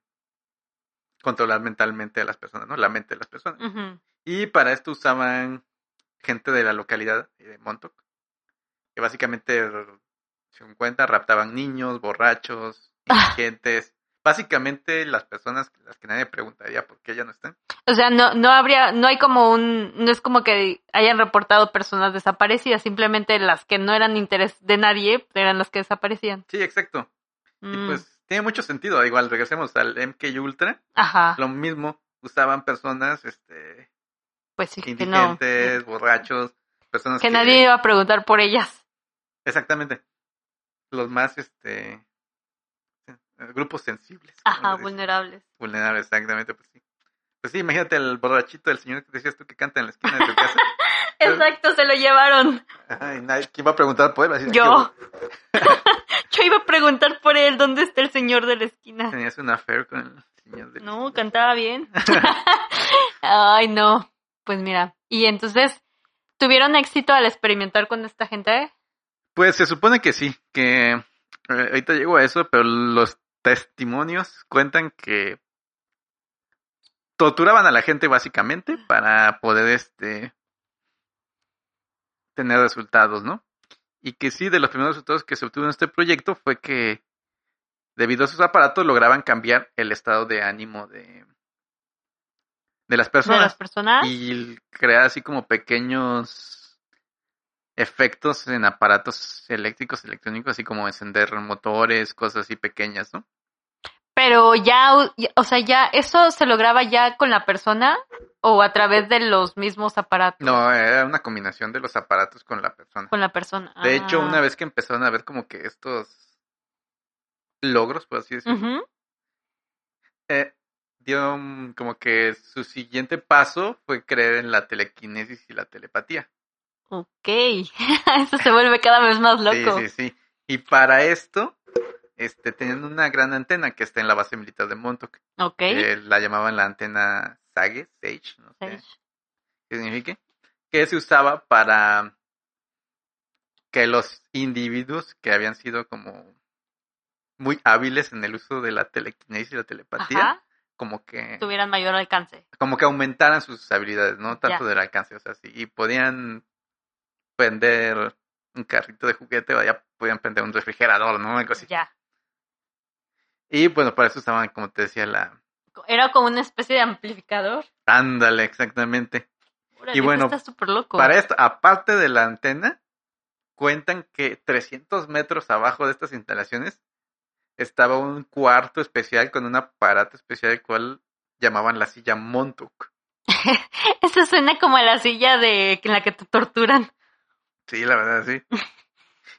Speaker 1: controlar mentalmente a las personas, ¿no? La mente de las personas.
Speaker 2: Ujú.
Speaker 1: Y para esto usaban gente de la localidad eh, de Montauk, que básicamente, r- según cuenta, raptaban niños, borrachos,
Speaker 2: Ah.
Speaker 1: indigentes. Básicamente las personas las que nadie preguntaría por qué ya no están.
Speaker 2: O sea, no, no habría, no hay como un, no es como que hayan reportado personas desaparecidas, simplemente las que no eran interés de nadie eran las que desaparecían.
Speaker 1: Sí, exacto. Y
Speaker 2: Mm,
Speaker 1: pues tiene mucho sentido. Igual regresemos al MK Ultra.
Speaker 2: Ajá,
Speaker 1: Lo mismo, usaban personas, este,
Speaker 2: pues sí, que no.
Speaker 1: indigentes, borrachos, personas
Speaker 2: Que nadie iba a preguntar por ellas.
Speaker 1: Exactamente. Los más, este... Grupos sensibles. ¿cómo
Speaker 2: Ajá,
Speaker 1: le dicen? [LAUGHS]
Speaker 2: vulnerables.
Speaker 1: Vulnerables, exactamente, pues sí. Pues sí, imagínate el borrachito del señor que decías tú que canta en la esquina de tu casa.
Speaker 2: Exacto, se lo llevaron.
Speaker 1: Ajá, y nadie, ¿quién va a preguntar por él? Así,
Speaker 2: Yo. Yo iba a preguntar por él, ¿dónde está el señor de la
Speaker 1: que
Speaker 2: esquina?
Speaker 1: Tenías una affair con el señor de...
Speaker 2: No, cantaba bien. [LAUGHS] Ay, no. Pues mira, y entonces, ¿tuvieron éxito al experimentar con esta gente?
Speaker 1: Pues se supone que sí, que eh, ahorita llego a eso, pero los testimonios cuentan que torturaban a la gente básicamente para poder este tener resultados, ¿no? Y que sí, de los primeros resultados que se obtuvo en este proyecto fue que debido a sus aparatos lograban cambiar el estado de ánimo de, de las personas.
Speaker 2: de las personas.
Speaker 1: y crear así como pequeños efectos en aparatos eléctricos, electrónicos, así como encender motores, cosas así pequeñas, ¿no?
Speaker 2: Pero ya, u- ya- o sea, ya eso se lograba ya con la persona o a través de los mismos aparatos
Speaker 1: No, era una combinación de los aparatos con la persona.
Speaker 2: con la persona.
Speaker 1: De hecho,
Speaker 2: Ah.
Speaker 1: una vez que empezaron a ver como que estos logros, por así decirlo,
Speaker 2: Ah, Ujú.
Speaker 1: eh, dio mm, como que su siguiente paso fue creer en la telequinesis y la telepatía.
Speaker 2: Ok, [LAUGHS] eso se vuelve cada vez más loco.
Speaker 1: Sí, sí, sí. Y para esto, este, tenían una gran antena que está en la base militar de Montauk.
Speaker 2: Ok.
Speaker 1: que eh, la llamaban la antena Sage, Sage, no sé
Speaker 2: Sage.
Speaker 1: qué signifique, que se usaba para que los individuos que habían sido como muy hábiles en el uso de la telequinesis y la telepatía,
Speaker 2: Ajá,
Speaker 1: como que
Speaker 2: tuvieran mayor alcance.
Speaker 1: como que aumentaran sus habilidades, no tanto
Speaker 2: Ya.
Speaker 1: del alcance, o sea, sí, y podían prender un carrito de juguete, vaya, podían prender un refrigerador, ¿no? Algo así.
Speaker 2: Ya.
Speaker 1: Y bueno, para eso estaban, como te decía, la...
Speaker 2: Era como una especie de amplificador.
Speaker 1: Ándale, exactamente.
Speaker 2: Órale,
Speaker 1: Y
Speaker 2: eso
Speaker 1: bueno,
Speaker 2: está súper loco.
Speaker 1: Para esto, aparte de la antena, cuentan que 300 metros abajo de estas instalaciones estaba un cuarto especial con un aparato especial, el cual llamaban la silla Montauk.
Speaker 2: [LAUGHS] Eso suena como a la silla de en la que te torturan.
Speaker 1: Sí, la verdad, sí.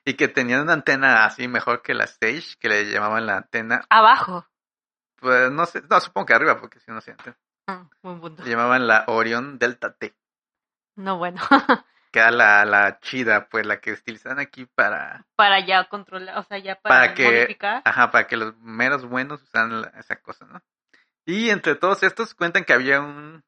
Speaker 1: Y que tenían una antena así mejor que la Stage, que le llamaban la antena,
Speaker 2: Abajo.
Speaker 1: pues no sé, no, supongo que arriba, porque si no se antena.
Speaker 2: Ah, buen punto.
Speaker 1: Le llamaban la Orion Delta T,
Speaker 2: No, bueno. [LAUGHS]
Speaker 1: que era la, la chida, pues la que utilizan aquí para,
Speaker 2: para ya controlar, o sea, ya para,
Speaker 1: Para que-
Speaker 2: modificar.
Speaker 1: Ajá, para que los meros buenos usaran la- esa cosa, ¿no? Y entre todos estos cuentan que había un,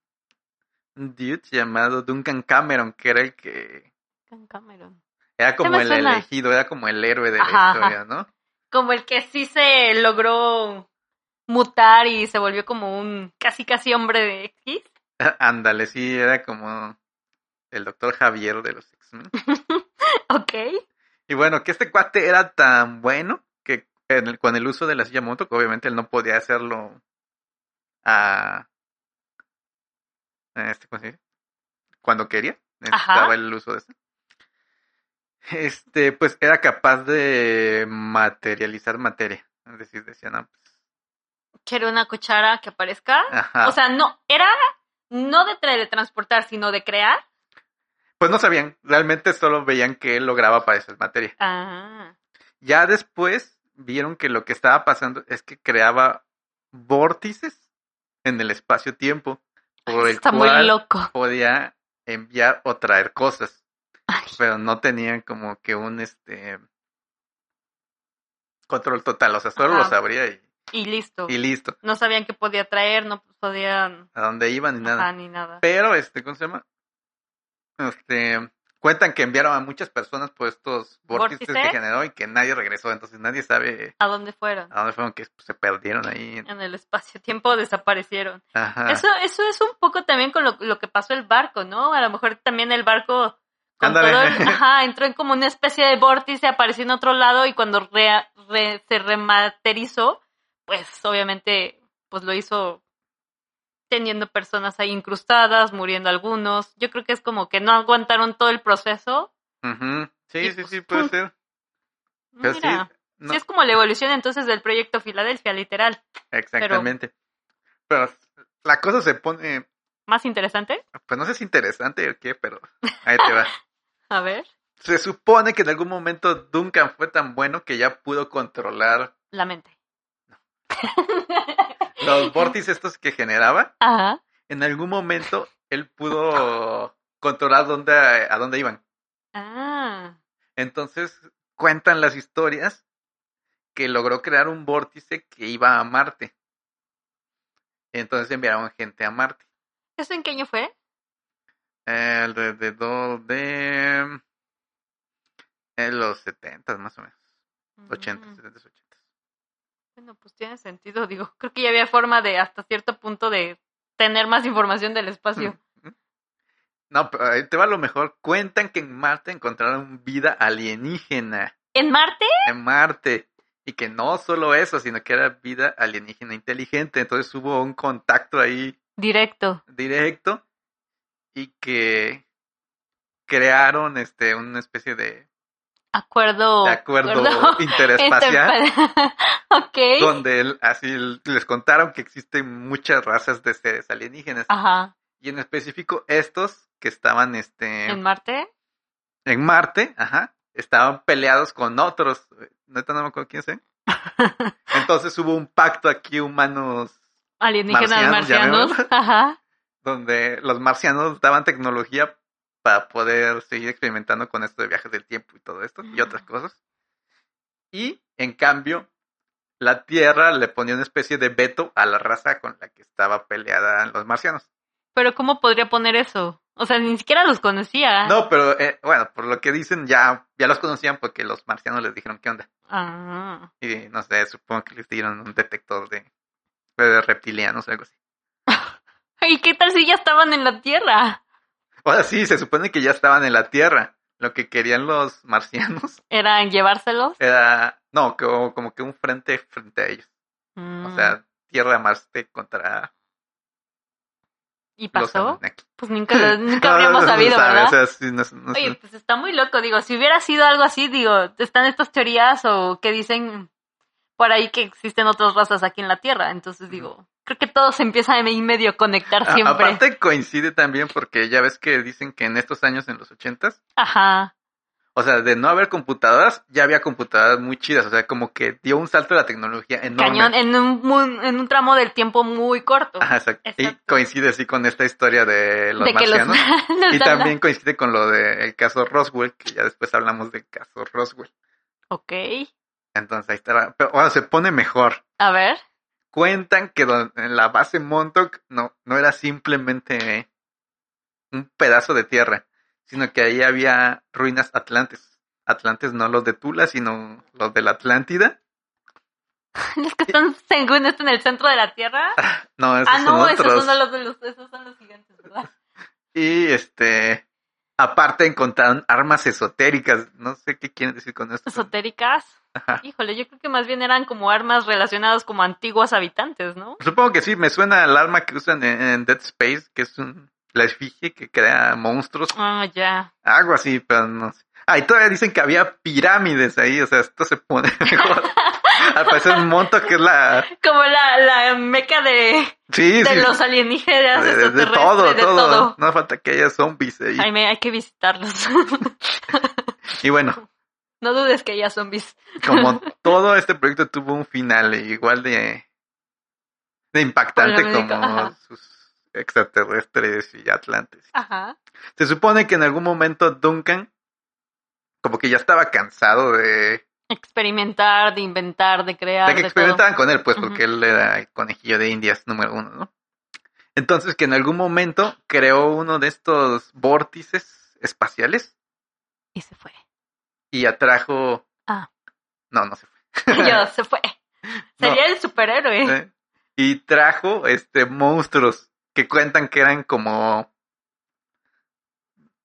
Speaker 1: un dude llamado Duncan Cameron, que era el que
Speaker 2: Con Cameron.
Speaker 1: era como
Speaker 2: me
Speaker 1: el
Speaker 2: suena.
Speaker 1: elegido, era como el héroe de la
Speaker 2: Ajá, ajá.
Speaker 1: historia, ¿no? [LAUGHS]
Speaker 2: Como el que sí se logró mutar y se volvió como un casi casi hombre de X. [LAUGHS]
Speaker 1: Ándale, sí, era como el doctor Javier de los X-Men.
Speaker 2: Ok.
Speaker 1: Y bueno, que este cuate era tan bueno que en el- con el uso de la silla moto, que obviamente él no podía hacerlo a... a este, ¿cómo se dice? Cuando quería, necesitaba
Speaker 2: Ajá.
Speaker 1: el uso de eso. Este, pues era capaz de materializar materia. Es decir, decían, ah, pues,
Speaker 2: Quiero una cuchara que aparezca.
Speaker 1: ajá.
Speaker 2: Ah, O sea, no, era no de teletransportar, sino de crear.
Speaker 1: pues no sabían, realmente solo veían que él lograba aparecer materia.
Speaker 2: Ah.
Speaker 1: Ya después vieron que lo que estaba pasando es que creaba vórtices en el espacio-tiempo, por el
Speaker 2: Está muy
Speaker 1: cual
Speaker 2: loco.
Speaker 1: podía enviar o traer cosas,
Speaker 2: Ay,
Speaker 1: pero no tenían como que un este control total, o sea, solo
Speaker 2: Ajá.
Speaker 1: lo sabría y,
Speaker 2: y listo.
Speaker 1: y listo,
Speaker 2: No sabían qué podía traer, no podían
Speaker 1: a dónde iban y nada.
Speaker 2: ajá, ni nada.
Speaker 1: Pero, este, ¿cómo se llama? Este, cuentan que enviaron a muchas personas por estos vórtices,
Speaker 2: ¿Vórtices?
Speaker 1: que generó y que nadie regresó, entonces nadie sabe
Speaker 2: ¿A dónde fueron?
Speaker 1: a dónde fueron que pues, se perdieron ahí.
Speaker 2: En el espacio-tiempo desaparecieron.
Speaker 1: Ajá.
Speaker 2: Ah, Eso, eso es un poco también con lo, lo que pasó el barco, ¿no? A lo mejor también el barco con
Speaker 1: Ándale. [LAUGHS]
Speaker 2: todo el- ajá, entró en como una especie de vórtice, apareció en otro lado y cuando rea- re- se rematerizó, pues obviamente pues lo hizo teniendo personas ahí incrustadas, muriendo algunos. Yo creo que es como que no aguantaron todo el proceso.
Speaker 1: Ujú.
Speaker 2: Y,
Speaker 1: Sí, sí,
Speaker 2: pues,
Speaker 1: sí, puede
Speaker 2: pum.
Speaker 1: ser. Pero sí,
Speaker 2: Mira,
Speaker 1: no,
Speaker 2: sí es como la evolución entonces del proyecto Filadelfia, literal.
Speaker 1: exactamente. Pero... la cosa se pone,
Speaker 2: Más interesante.
Speaker 1: pues no sé si es interesante o qué, pero ahí te
Speaker 2: [LAUGHS]
Speaker 1: va.
Speaker 2: A ver,
Speaker 1: Se supone que en algún momento Duncan fue tan bueno que ya pudo controlar
Speaker 2: la mente.
Speaker 1: los vórtices estos que generaba.
Speaker 2: [LAUGHS] Ajá.
Speaker 1: en algún momento él pudo controlar dónde, a dónde iban.
Speaker 2: Ah.
Speaker 1: Entonces cuentan las historias que logró crear un vórtice que iba a Marte. Entonces enviaron gente a Marte.
Speaker 2: ¿Eso en qué año fue?
Speaker 1: Eh, Alrededor de en los 70 más o menos. 80,
Speaker 2: Mm,
Speaker 1: 70, 80.
Speaker 2: Bueno, pues tiene sentido, digo. [LAUGHS] Creo que ya
Speaker 1: [LAUGHS]
Speaker 2: había forma de hasta cierto punto de tener más información del espacio.
Speaker 1: No, pero ahí te va lo mejor. Cuentan que en Marte encontraron vida alienígena.
Speaker 2: ¿En Marte?
Speaker 1: En Marte. Y que no solo eso, sino que era vida alienígena inteligente. Entonces hubo un contacto ahí
Speaker 2: Directo.
Speaker 1: directo y que crearon este una especie de,
Speaker 2: Acuerdo.
Speaker 1: de acuerdo
Speaker 2: [LAUGHS]
Speaker 1: [LAUGHS] interespacial
Speaker 2: pues, interespacial. [LAUGHS] ok.
Speaker 1: donde el- así el- les contaron que existen muchas razas de seres alienígenas
Speaker 2: Ajá.
Speaker 1: y en específico estos que estaban este
Speaker 2: ¿En
Speaker 1: en,
Speaker 2: Marte?
Speaker 1: Marte, ajá, estaban peleados con otros, eh, neta no me acuerdo quiénes eran. Entonces hubo un pacto aquí humanos
Speaker 2: Alienígenas
Speaker 1: Marcianos,
Speaker 2: marcianos.
Speaker 1: llamémoslo.
Speaker 2: [LAUGHS] Ajá.
Speaker 1: donde los marcianos daban tecnología para poder seguir experimentando con esto de viajes del tiempo y todo esto y otras cosas. Y en cambio, la Tierra le ponía una especie de veto a la raza con la que estaba peleada los marcianos.
Speaker 2: Pero ¿cómo podría poner eso? O sea, ni siquiera los conocía.
Speaker 1: No, pero eh, bueno, por lo que dicen ya, ya los conocían porque los marcianos les dijeron qué onda.
Speaker 2: Ah.
Speaker 1: Y no sé, supongo que les dieron un detector de, de reptilianos o algo así.
Speaker 2: ¿Y qué tal si ya estaban en la Tierra?
Speaker 1: O sea, sí, se supone que ya estaban en la Tierra. Lo que querían los marcianos
Speaker 2: ¿Eran llevárselos?
Speaker 1: Era, no, como, como que un frente frente a ellos. O
Speaker 2: Mm.
Speaker 1: sea, Tierra Marte contra
Speaker 2: ¿Y
Speaker 1: los
Speaker 2: pasó? [LAUGHS]
Speaker 1: Anunnaki.
Speaker 2: Pues nunca, lo- nunca
Speaker 1: [LAUGHS] No, no, no eh.
Speaker 2: habríamos
Speaker 1: se
Speaker 2: sabido,
Speaker 1: sabe,
Speaker 2: ¿verdad?
Speaker 1: o sea, sí, no se- no se-
Speaker 2: Oye, pues está muy loco, digo, si hubiera sido algo así, digo, están estas teorías o que dicen por ahí que existen otras razas aquí en la Tierra, entonces digo, creo que todos se empiezan ahí medio a conectar
Speaker 1: A-
Speaker 2: siempre.
Speaker 1: Aparte coincide también porque ya ves que dicen que en estos años, en los ochentas,
Speaker 2: Ajá,
Speaker 1: o sea, de no haber computadoras, ya había computadoras muy chidas. O sea, como que dio un salto de la tecnología enorme.
Speaker 2: cañón, en un, mu- en un tramo del tiempo muy corto.
Speaker 1: Ajá, exacto. Y
Speaker 2: Exacto.
Speaker 1: coincide así con esta historia de los
Speaker 2: de que los,
Speaker 1: marcianos.
Speaker 2: [LAUGHS] los
Speaker 1: Y
Speaker 2: dan-
Speaker 1: también coincide con lo del caso Roswell, que ya después hablamos del caso Roswell.
Speaker 2: Ok,
Speaker 1: Entonces ahí está. Pero bueno, se pone mejor.
Speaker 2: a ver, [LAUGHS]
Speaker 1: cuentan que don- en la base Montauk no, no era simplemente un pedazo de tierra, sino que ahí había ruinas atlantes. Atlantes no los de Tula, sino los de la Atlántida.
Speaker 2: los que están según esto en el centro de
Speaker 1: [LAUGHS]
Speaker 2: la Tierra.
Speaker 1: No, esos
Speaker 2: Ah,
Speaker 1: son
Speaker 2: no, esos
Speaker 1: otros.
Speaker 2: son los, de los, esos son los gigantes, ¿verdad?
Speaker 1: Y este, aparte encontraron armas esotéricas. No sé qué quieren decir con esto.
Speaker 2: Esotéricas.
Speaker 1: Ajá.
Speaker 2: Híjole, yo creo que más bien eran como armas relacionadas como antiguos habitantes, ¿no?
Speaker 1: Supongo que sí, me suena al arma que usan en, en Dead Space, que es un, la esfinge que crea monstruos
Speaker 2: Ah, ya.
Speaker 1: Algo así, pero no sé. Ah, y todavía dicen que había pirámides ahí, o sea, esto se pone [LAUGHS] mejor. Al parecer monto que es la...
Speaker 2: Como la, la meca de,
Speaker 1: Sí,
Speaker 2: de
Speaker 1: sí.
Speaker 2: los alienígenas
Speaker 1: de- de- de
Speaker 2: extraterrestres,
Speaker 1: todo,
Speaker 2: de
Speaker 1: todo.
Speaker 2: todo.
Speaker 1: No falta que haya zombies ahí.
Speaker 2: Ay, me, hay que visitarlos. [LAUGHS]
Speaker 1: Y bueno,
Speaker 2: no dudes que ya zombies.
Speaker 1: como todo este proyecto tuvo un final eh, igual de... De impactante
Speaker 2: Polémico,
Speaker 1: como
Speaker 2: Pues, ajá.
Speaker 1: sus extraterrestres y atlantes.
Speaker 2: Ajá.
Speaker 1: Se supone que en algún momento Duncan como que ya estaba cansado de
Speaker 2: Experimentar, de inventar, de crear,
Speaker 1: de
Speaker 2: de,
Speaker 1: que experimentaban con él, pues,
Speaker 2: Ujú.
Speaker 1: porque él era el conejillo de indias número uno, ¿no? Entonces, que en algún momento creó uno de estos vórtices espaciales
Speaker 2: todo. Y se fue. [LAUGHS]
Speaker 1: y atrajo...
Speaker 2: Ah.
Speaker 1: No, no se fue.
Speaker 2: Yo, se fue.
Speaker 1: [LAUGHS] No.
Speaker 2: Sería el superhéroe.
Speaker 1: ¿eh?
Speaker 2: [LAUGHS]
Speaker 1: Y trajo, este, monstruos que cuentan que eran como...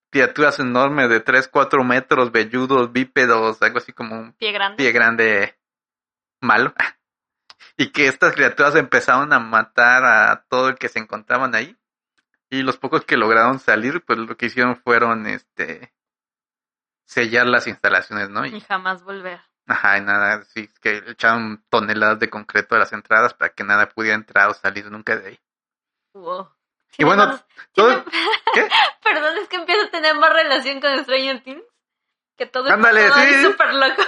Speaker 1: Criaturas enormes de 3, 4 metros, velludos, bípedos, algo así como un
Speaker 2: Pie grande.
Speaker 1: pie grande malo. [LAUGHS] Y que estas criaturas empezaron a matar a todo el que se encontraban ahí. Y los pocos que lograron salir, pues lo que hicieron fueron este sellar las instalaciones, ¿no?
Speaker 2: Y
Speaker 1: Y,
Speaker 2: jamás volver.
Speaker 1: ajá, y nada, sí, es que echaron toneladas de concreto a las entradas para que nada pudiera entrar o salir nunca de ahí.
Speaker 2: Wow.
Speaker 1: Y bueno,
Speaker 2: Tiene más-
Speaker 1: todo-
Speaker 2: tiene-
Speaker 1: [LAUGHS] ¿Qué?
Speaker 2: [LAUGHS] Perdón, es que empiezo a tener más relación con Stranger Things. Que todo
Speaker 1: Ándale,
Speaker 2: es todo
Speaker 1: sí.
Speaker 2: ahí súper loco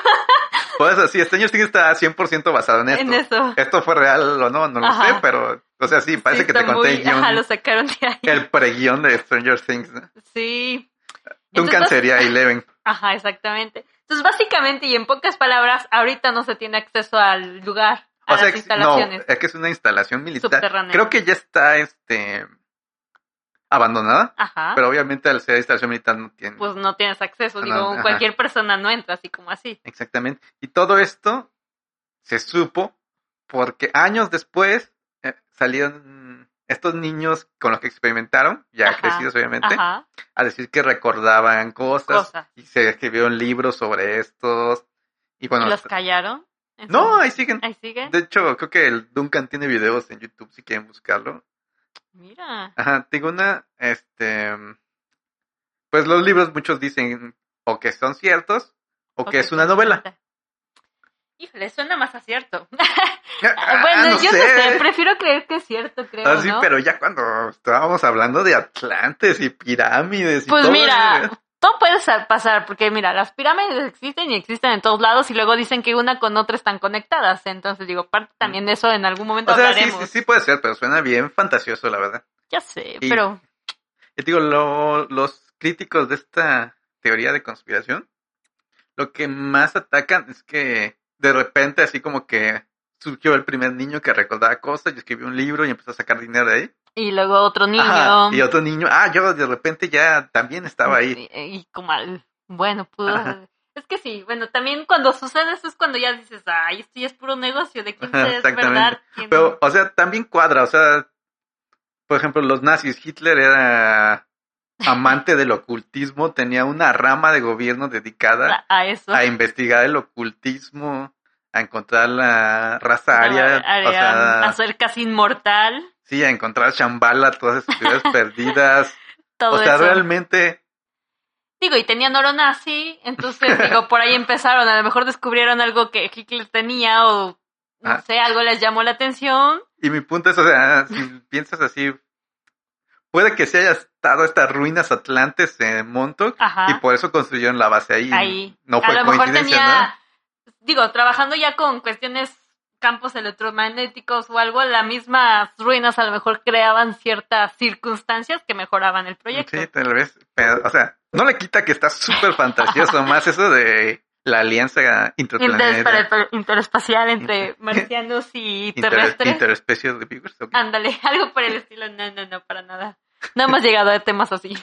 Speaker 1: Por eso, sí, Stranger Things está 100% basado en esto.
Speaker 2: en eso.
Speaker 1: Esto fue real o no, no lo
Speaker 2: Ajá.
Speaker 1: sé, pero, o sea, sí, parece
Speaker 2: Sí,
Speaker 1: que te
Speaker 2: está
Speaker 1: conté
Speaker 2: muy-
Speaker 1: el guión,
Speaker 2: Ajá, lo sacaron de ahí.
Speaker 1: el preguión de Stranger Things, ¿no?
Speaker 2: Sí.
Speaker 1: Duncan
Speaker 2: Entonces- [LAUGHS]
Speaker 1: sería Eleven.
Speaker 2: Ajá, exactamente. Entonces, básicamente y en pocas palabras, ahorita no se tiene acceso al lugar, a
Speaker 1: O sea,
Speaker 2: las
Speaker 1: ex- no,
Speaker 2: instalaciones.
Speaker 1: es que es una instalación militar.
Speaker 2: Subterránea.
Speaker 1: Creo que ya está este abandonada,
Speaker 2: Ajá.
Speaker 1: pero obviamente al ser instalación militar no tiene.
Speaker 2: Pues no tienes acceso,
Speaker 1: No,
Speaker 2: digo,
Speaker 1: ajá.
Speaker 2: cualquier persona no entra así como así.
Speaker 1: Exactamente. Y todo esto se supo porque años después eh, salieron estos niños con los que experimentaron, ya
Speaker 2: Ajá,
Speaker 1: crecidos obviamente,
Speaker 2: Ajá.
Speaker 1: a decir que recordaban cosas
Speaker 2: Cosas.
Speaker 1: y se escribieron libros sobre estos. Y bueno,
Speaker 2: ¿Y los callaron? ¿Eso?
Speaker 1: no, ahí siguen.
Speaker 2: Ahí sigue.
Speaker 1: De hecho, creo que el Duncan tiene videos en YouTube si quieren buscarlo.
Speaker 2: Mira.
Speaker 1: Ajá, tengo una, este, pues los libros muchos dicen o que son ciertos o que es una novela.
Speaker 2: Híjole, suena más a cierto. [LAUGHS]
Speaker 1: Ah,
Speaker 2: bueno,
Speaker 1: no
Speaker 2: yo no sé, prefiero creer que es cierto, creo,
Speaker 1: Ah, sí,
Speaker 2: ¿no?
Speaker 1: pero ya cuando estábamos hablando de Atlantes y pirámides y
Speaker 2: Pues
Speaker 1: todo,
Speaker 2: mira,
Speaker 1: eh,
Speaker 2: todo puede sa- pasar, porque mira, las pirámides existen y existen en todos lados y luego dicen que una con otra están conectadas. Entonces digo, parte también de eso en algún momento
Speaker 1: O sea, sí,
Speaker 2: hablaremos.
Speaker 1: sí, sí puede ser, pero suena bien fantasioso, la verdad.
Speaker 2: Ya sé,
Speaker 1: Y-
Speaker 2: pero
Speaker 1: Yo digo, lo- los críticos de esta teoría de conspiración, lo que más atacan es que de repente así como que surgió el primer niño que recordaba cosas y escribió un libro y empezó a sacar dinero de ahí.
Speaker 2: y luego otro niño
Speaker 1: Ajá, y otro niño, ah, yo de repente ya también estaba ahí.
Speaker 2: Y, y como al- bueno, pudo.
Speaker 1: Ajá.
Speaker 2: Es que sí, bueno, también cuando sucede eso es cuando ya dices, ay, esto ya es puro negocio, de quién
Speaker 1: Ajá,
Speaker 2: es
Speaker 1: exactamente.
Speaker 2: verdad. quién
Speaker 1: Pero, o sea, también cuadra, o sea, por ejemplo, los nazis, Hitler era amante del ocultismo, tenía una rama de gobierno dedicada
Speaker 2: no". a eso.
Speaker 1: a investigar el ocultismo, a encontrar la raza
Speaker 2: No,
Speaker 1: aria,
Speaker 2: área,
Speaker 1: o sea,
Speaker 2: a ser casi inmortal,
Speaker 1: sí, a encontrar Shambhala, todas esas
Speaker 2: [LAUGHS]
Speaker 1: ciudades perdidas,
Speaker 2: todo
Speaker 1: o sea,
Speaker 2: eso.
Speaker 1: realmente,
Speaker 2: Digo, y tenían oro nazi,
Speaker 1: [LAUGHS]
Speaker 2: entonces, digo, por ahí empezaron, a lo mejor descubrieron algo que Hitler tenía o, no
Speaker 1: Ah.
Speaker 2: sé, algo les llamó la atención.
Speaker 1: y mi punto es, o sea, si piensas así, puede que se haya estado estas ruinas atlantes en Montauk,
Speaker 2: Ajá.
Speaker 1: y por eso construyeron la base ahí,
Speaker 2: ahí.
Speaker 1: no
Speaker 2: a
Speaker 1: fue
Speaker 2: lo mejor
Speaker 1: coincidencia,
Speaker 2: tenía, digo, trabajando ya con cuestiones campos electromagnéticos o algo, las mismas ruinas a lo mejor creaban ciertas circunstancias que mejoraban el
Speaker 1: ¿no?
Speaker 2: proyecto.
Speaker 1: Sí, tal vez, pero, o sea, no le quita que está súper
Speaker 2: [LAUGHS]
Speaker 1: fantasioso, más eso de la alianza
Speaker 2: Inter-
Speaker 1: interplanetaria.
Speaker 2: para el per-
Speaker 1: [LAUGHS]
Speaker 2: interespacial entre marcianos y
Speaker 1: Inter-
Speaker 2: terrestres.
Speaker 1: interespecies de Beavers, ok.
Speaker 2: Ándale, [LAUGHS] algo por el estilo. No, no, no, para nada. No hemos llegado a temas así.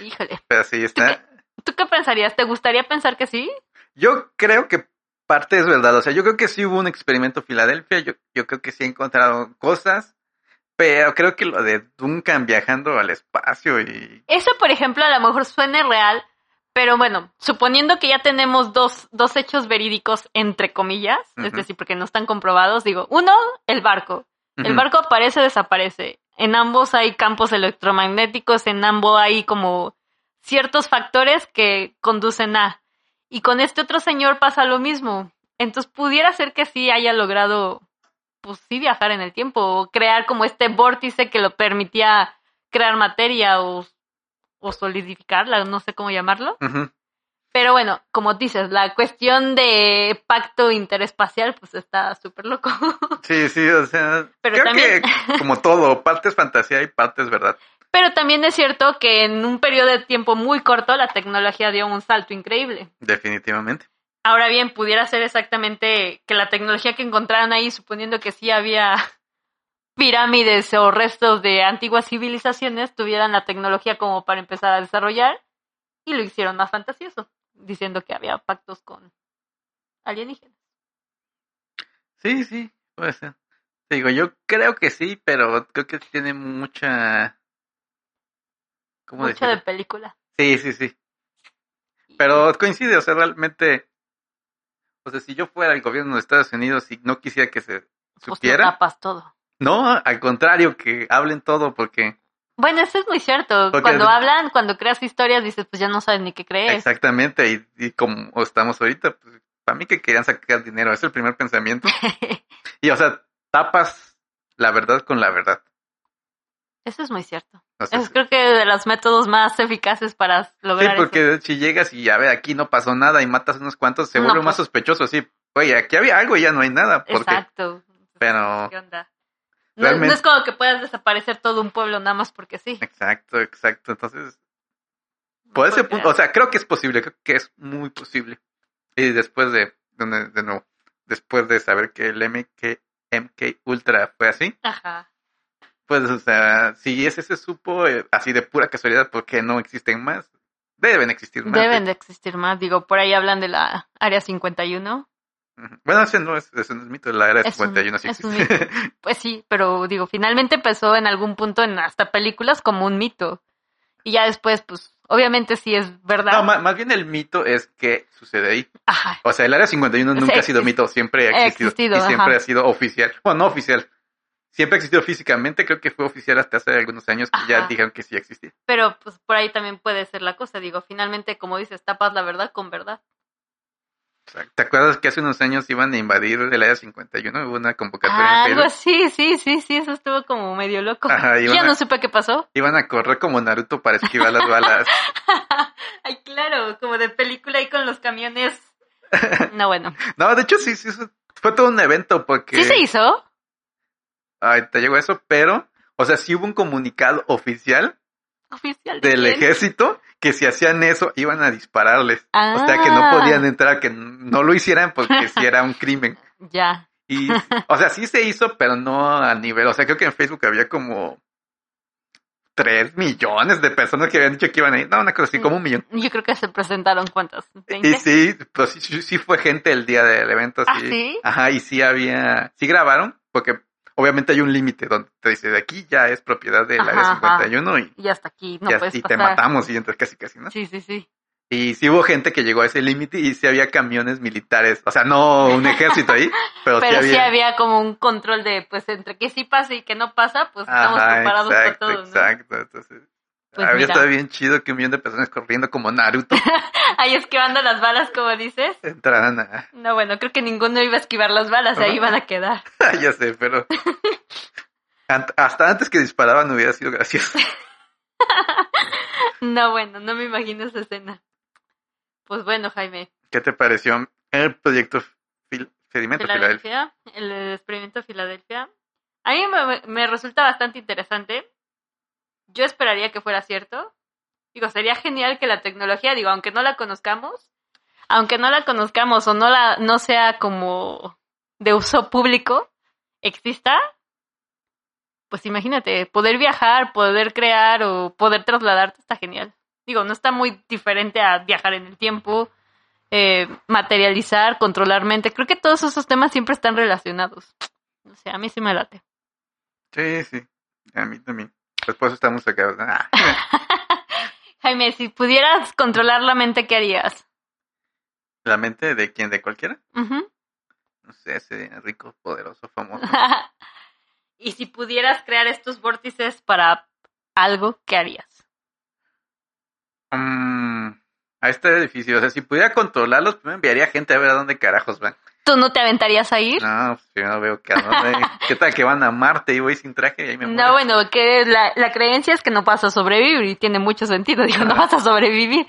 Speaker 2: Híjole.
Speaker 1: Pero sí está.
Speaker 2: ¿Tú qué pensarías? ¿Te gustaría pensar que sí?
Speaker 1: Yo creo que parte es verdad. O sea, yo creo que sí hubo un experimento en Filadelfia. Yo, yo creo que sí encontraron cosas. Pero creo que lo de Duncan viajando al espacio y.
Speaker 2: Eso, por ejemplo, a lo mejor suene real, pero bueno, suponiendo que ya tenemos dos, dos hechos verídicos, entre comillas, es
Speaker 1: Ujú.
Speaker 2: decir, porque no están comprobados, digo, uno, el barco. El barco aparece, desaparece. En ambos hay campos electromagnéticos, en ambos hay como ciertos factores que conducen a. Y con este otro señor pasa lo mismo. Entonces pudiera ser que sí haya logrado, pues sí, viajar en el tiempo o crear como este vórtice que lo permitía crear materia o, o solidificarla, no sé cómo llamarlo.
Speaker 1: Ujú.
Speaker 2: Pero bueno, como dices, la cuestión de pacto interespacial, pues está súper loco. [LAUGHS]
Speaker 1: Sí, sí, o sea.
Speaker 2: Pero
Speaker 1: creo
Speaker 2: también-
Speaker 1: que, [LAUGHS] como todo, parte es fantasía y parte es verdad.
Speaker 2: Pero también es cierto que en un periodo de tiempo muy corto la tecnología dio un salto increíble.
Speaker 1: Definitivamente.
Speaker 2: Ahora bien, pudiera ser exactamente que la tecnología que encontraron ahí, suponiendo que sí había [LAUGHS] pirámides o restos de antiguas civilizaciones, tuvieran la tecnología como para empezar a desarrollar y lo hicieron más fantasioso, diciendo que había pactos con alienígenas.
Speaker 1: Sí, sí, puede ser. Te Digo, yo creo que sí, pero creo que tiene mucha. ¿Cómo
Speaker 2: Mucho de
Speaker 1: decirlo?
Speaker 2: película. pues,
Speaker 1: Sí, sí, sí. Pero coincide, o sea, realmente, o sea, si yo fuera el gobierno de Estados Unidos y no quisiera que se
Speaker 2: pues tú
Speaker 1: supiera,
Speaker 2: tapas todo.
Speaker 1: no, al contrario, que hablen todo porque
Speaker 2: Bueno, eso es muy cierto.
Speaker 1: Porque-
Speaker 2: cuando hablan, cuando creas historias, dices, pues ya no sabes ni qué creer.
Speaker 1: exactamente, y, y como estamos ahorita, pues, para mí que querían sacar dinero, es el primer pensamiento.
Speaker 2: [LAUGHS]
Speaker 1: Y, o sea, tapas la verdad con la verdad.
Speaker 2: Eso es muy cierto.
Speaker 1: O sea,
Speaker 2: Es creo que de los métodos más eficaces para
Speaker 1: sí,
Speaker 2: lograr eso.
Speaker 1: porque si llegas y ya ve, aquí no pasó nada y matas unos cuantos, se
Speaker 2: No,
Speaker 1: vuelve más
Speaker 2: pues.
Speaker 1: sospechoso, así, oye, aquí había algo y ya no hay nada, porque,
Speaker 2: Exacto.
Speaker 1: pero...
Speaker 2: ¿Qué onda? No,
Speaker 1: Realmente-
Speaker 2: no es como que puedas desaparecer todo un pueblo nada más porque sí.
Speaker 1: Exacto, exacto. Entonces, por ese
Speaker 2: Porque-
Speaker 1: punto, o sea, creo que es posible, creo que es muy posible. Y después de, de, de nuevo, después de saber que el MK, MK Ultra fue así,
Speaker 2: Ajá.
Speaker 1: pues, o sea, si ese se supo eh, así de pura casualidad, ¿por qué no existen más? Deben existir más.
Speaker 2: Deben de existir más. Digo, por ahí hablan de la Área 51.
Speaker 1: Ujú. Bueno, ese no es, ese no es mito, la era de
Speaker 2: Es un-
Speaker 1: 51 sí
Speaker 2: es
Speaker 1: [LAUGHS]
Speaker 2: un
Speaker 1: existe.
Speaker 2: Pues sí, pero digo, finalmente empezó en algún punto en hasta películas como un mito. Y ya después, pues, obviamente sí es verdad.
Speaker 1: No, más, más bien el mito es que sucede ahí.
Speaker 2: Ajá,
Speaker 1: O sea, el área 51
Speaker 2: Sí,
Speaker 1: nunca ha sido
Speaker 2: existe.
Speaker 1: mito, siempre
Speaker 2: Ha
Speaker 1: ha existido.
Speaker 2: existido,
Speaker 1: y siempre
Speaker 2: ajá.
Speaker 1: ha sido oficial. Bueno, no oficial. Siempre ha existido físicamente, creo que fue oficial hasta hace algunos años que
Speaker 2: Ajá.
Speaker 1: ya dijeron que sí existía.
Speaker 2: pero pues por ahí también puede ser la cosa. Digo, finalmente, como dices, tapas la verdad con verdad.
Speaker 1: O sea, ¿Te acuerdas que hace unos años iban a invadir el área 51? Hubo una convocatoria
Speaker 2: Ah,
Speaker 1: en
Speaker 2: algo
Speaker 1: Facebook.
Speaker 2: así, sí, sí, sí, eso estuvo como medio loco.
Speaker 1: Ajá,
Speaker 2: Yo
Speaker 1: iban
Speaker 2: ya
Speaker 1: a-
Speaker 2: no supe qué pasó. [LAUGHS]
Speaker 1: Iban a correr como Naruto para esquivar las balas.
Speaker 2: Ay, claro, como de película ahí con
Speaker 1: [LAUGHS]
Speaker 2: los camiones. No, bueno.
Speaker 1: No, de hecho sí, sí, eso fue todo un evento porque...
Speaker 2: ¿Sí se hizo?
Speaker 1: Ay, te llegó eso, pero... O sea, sí hubo un comunicado oficial
Speaker 2: Oficial. de
Speaker 1: del
Speaker 2: quién?
Speaker 1: ejército que si hacían eso iban a dispararles. O sea que
Speaker 2: Ah,
Speaker 1: no podían entrar, que no lo hicieran porque si era un crimen.
Speaker 2: Ya.
Speaker 1: Y, o sea, sí se hizo, pero no a nivel. O sea, creo que en Facebook había como tres millones de personas que habían dicho que iban a ir. No, una cosa así, como un millón.
Speaker 2: Yo creo que se presentaron cuántas.
Speaker 1: Y
Speaker 2: ¿20?
Speaker 1: sí, pues sí, sí, sí fue gente el día del evento.
Speaker 2: ¿Ah,
Speaker 1: Sí.
Speaker 2: sí?
Speaker 1: Ajá, y sí había, sí grabaron, porque obviamente hay un límite donde te dice, de aquí ya es propiedad del
Speaker 2: Ajá,
Speaker 1: área
Speaker 2: ajá.
Speaker 1: 51 y,
Speaker 2: Y hasta aquí no
Speaker 1: ya-
Speaker 2: puedes
Speaker 1: y te
Speaker 2: pasar.
Speaker 1: matamos y entonces casi casi, ¿no?
Speaker 2: Sí, sí, sí.
Speaker 1: Y sí hubo gente que llegó a ese límite y sí había camiones militares, o sea, no un ejército
Speaker 2: [LAUGHS]
Speaker 1: ahí, pero,
Speaker 2: Pero
Speaker 1: sí había.
Speaker 2: sí había como un control de, pues, entre que sí pasa y que no pasa, pues estamos
Speaker 1: Ajá,
Speaker 2: preparados
Speaker 1: exacto,
Speaker 2: para todo, ¿no?
Speaker 1: exacto. Entonces,
Speaker 2: Pues
Speaker 1: había
Speaker 2: mira,
Speaker 1: estado bien chido que un millón de personas corriendo como
Speaker 2: [LAUGHS]
Speaker 1: Naruto
Speaker 2: [LAUGHS] ahí esquivando las balas, como dices.
Speaker 1: entraran a... [LAUGHS]
Speaker 2: No, bueno, creo que ninguno iba a esquivar las balas, ahí
Speaker 1: Ajá.
Speaker 2: iban a quedar.
Speaker 1: ya sé,
Speaker 2: [LAUGHS]
Speaker 1: pero... Ant- Hasta antes que disparaban hubiera sido
Speaker 2: [LAUGHS]
Speaker 1: gracioso.
Speaker 2: No, bueno, no me imagino esa escena. Pues bueno, Jaime,
Speaker 1: ¿Qué te pareció el proyecto Fil- Experimento Filadelfia?
Speaker 2: Filadelfia, el experimento Filadelfia. A mí me, me resulta bastante interesante. Yo esperaría que fuera cierto. Digo, sería genial que la tecnología, digo, aunque no la conozcamos, aunque no la conozcamos o no la no sea como de uso público, exista. Pues imagínate, poder viajar, poder crear o poder trasladarte está genial. Digo, no está muy diferente a viajar en el tiempo, eh, materializar, controlar mente. Creo que todos esos temas siempre están relacionados. O sea, a mí sí me late.
Speaker 1: Sí, sí, a mí también. Pues por eso estamos acá, ¿verdad? Ah,
Speaker 2: Jaime, si pudieras controlar la mente, ¿qué harías?
Speaker 1: ¿La mente de quién? ¿De cualquiera?
Speaker 2: Ujú. [LAUGHS]
Speaker 1: No sé, ese rico, poderoso, famoso.
Speaker 2: y si pudieras crear estos vórtices para algo, ¿qué harías?
Speaker 1: Mm, ahí está difícil. O sea, si pudiera controlarlos, pues me enviaría gente a ver a dónde carajos van.
Speaker 2: ¿Tú no te aventarías a ir?
Speaker 1: No, pues primero veo que a
Speaker 2: [LAUGHS]
Speaker 1: dónde. ¿Qué tal que van a Marte y voy sin traje y ahí me
Speaker 2: No,
Speaker 1: muero?
Speaker 2: bueno, que la, la creencia es que no vas a sobrevivir y tiene mucho sentido. [LAUGHS] Digo, no vas a sobrevivir.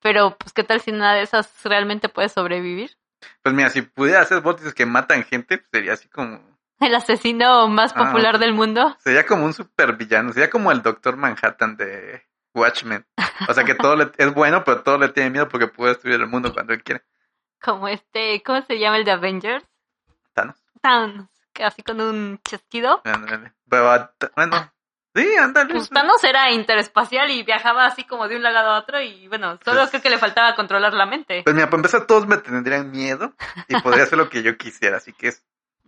Speaker 2: Pero, pues, ¿qué tal si una de esas realmente puedes sobrevivir?
Speaker 1: Pues mira, si pudiera hacer vórtices que matan gente, pues sería así como.
Speaker 2: El asesino más
Speaker 1: Ah.
Speaker 2: popular del mundo.
Speaker 1: Sería como un supervillano. Sería como el Doctor Manhattan de Watchmen. O sea, que todo le- es bueno, pero todo le tiene miedo porque puede destruir el mundo cuando él quiera.
Speaker 2: Como este, ¿cómo se llama el de Avengers?
Speaker 1: Thanos.
Speaker 2: Thanos, casi con un chasquido.
Speaker 1: Ándale. Pero, a- bueno. Sí, ándale.
Speaker 2: Pues Thanos era interespacial y viajaba así como de un lado a otro y bueno, solo
Speaker 1: Pues-
Speaker 2: creo que le faltaba controlar la mente.
Speaker 1: Pues mira, para empezar, todos me tendrían miedo y podría hacer lo que yo quisiera. Así que es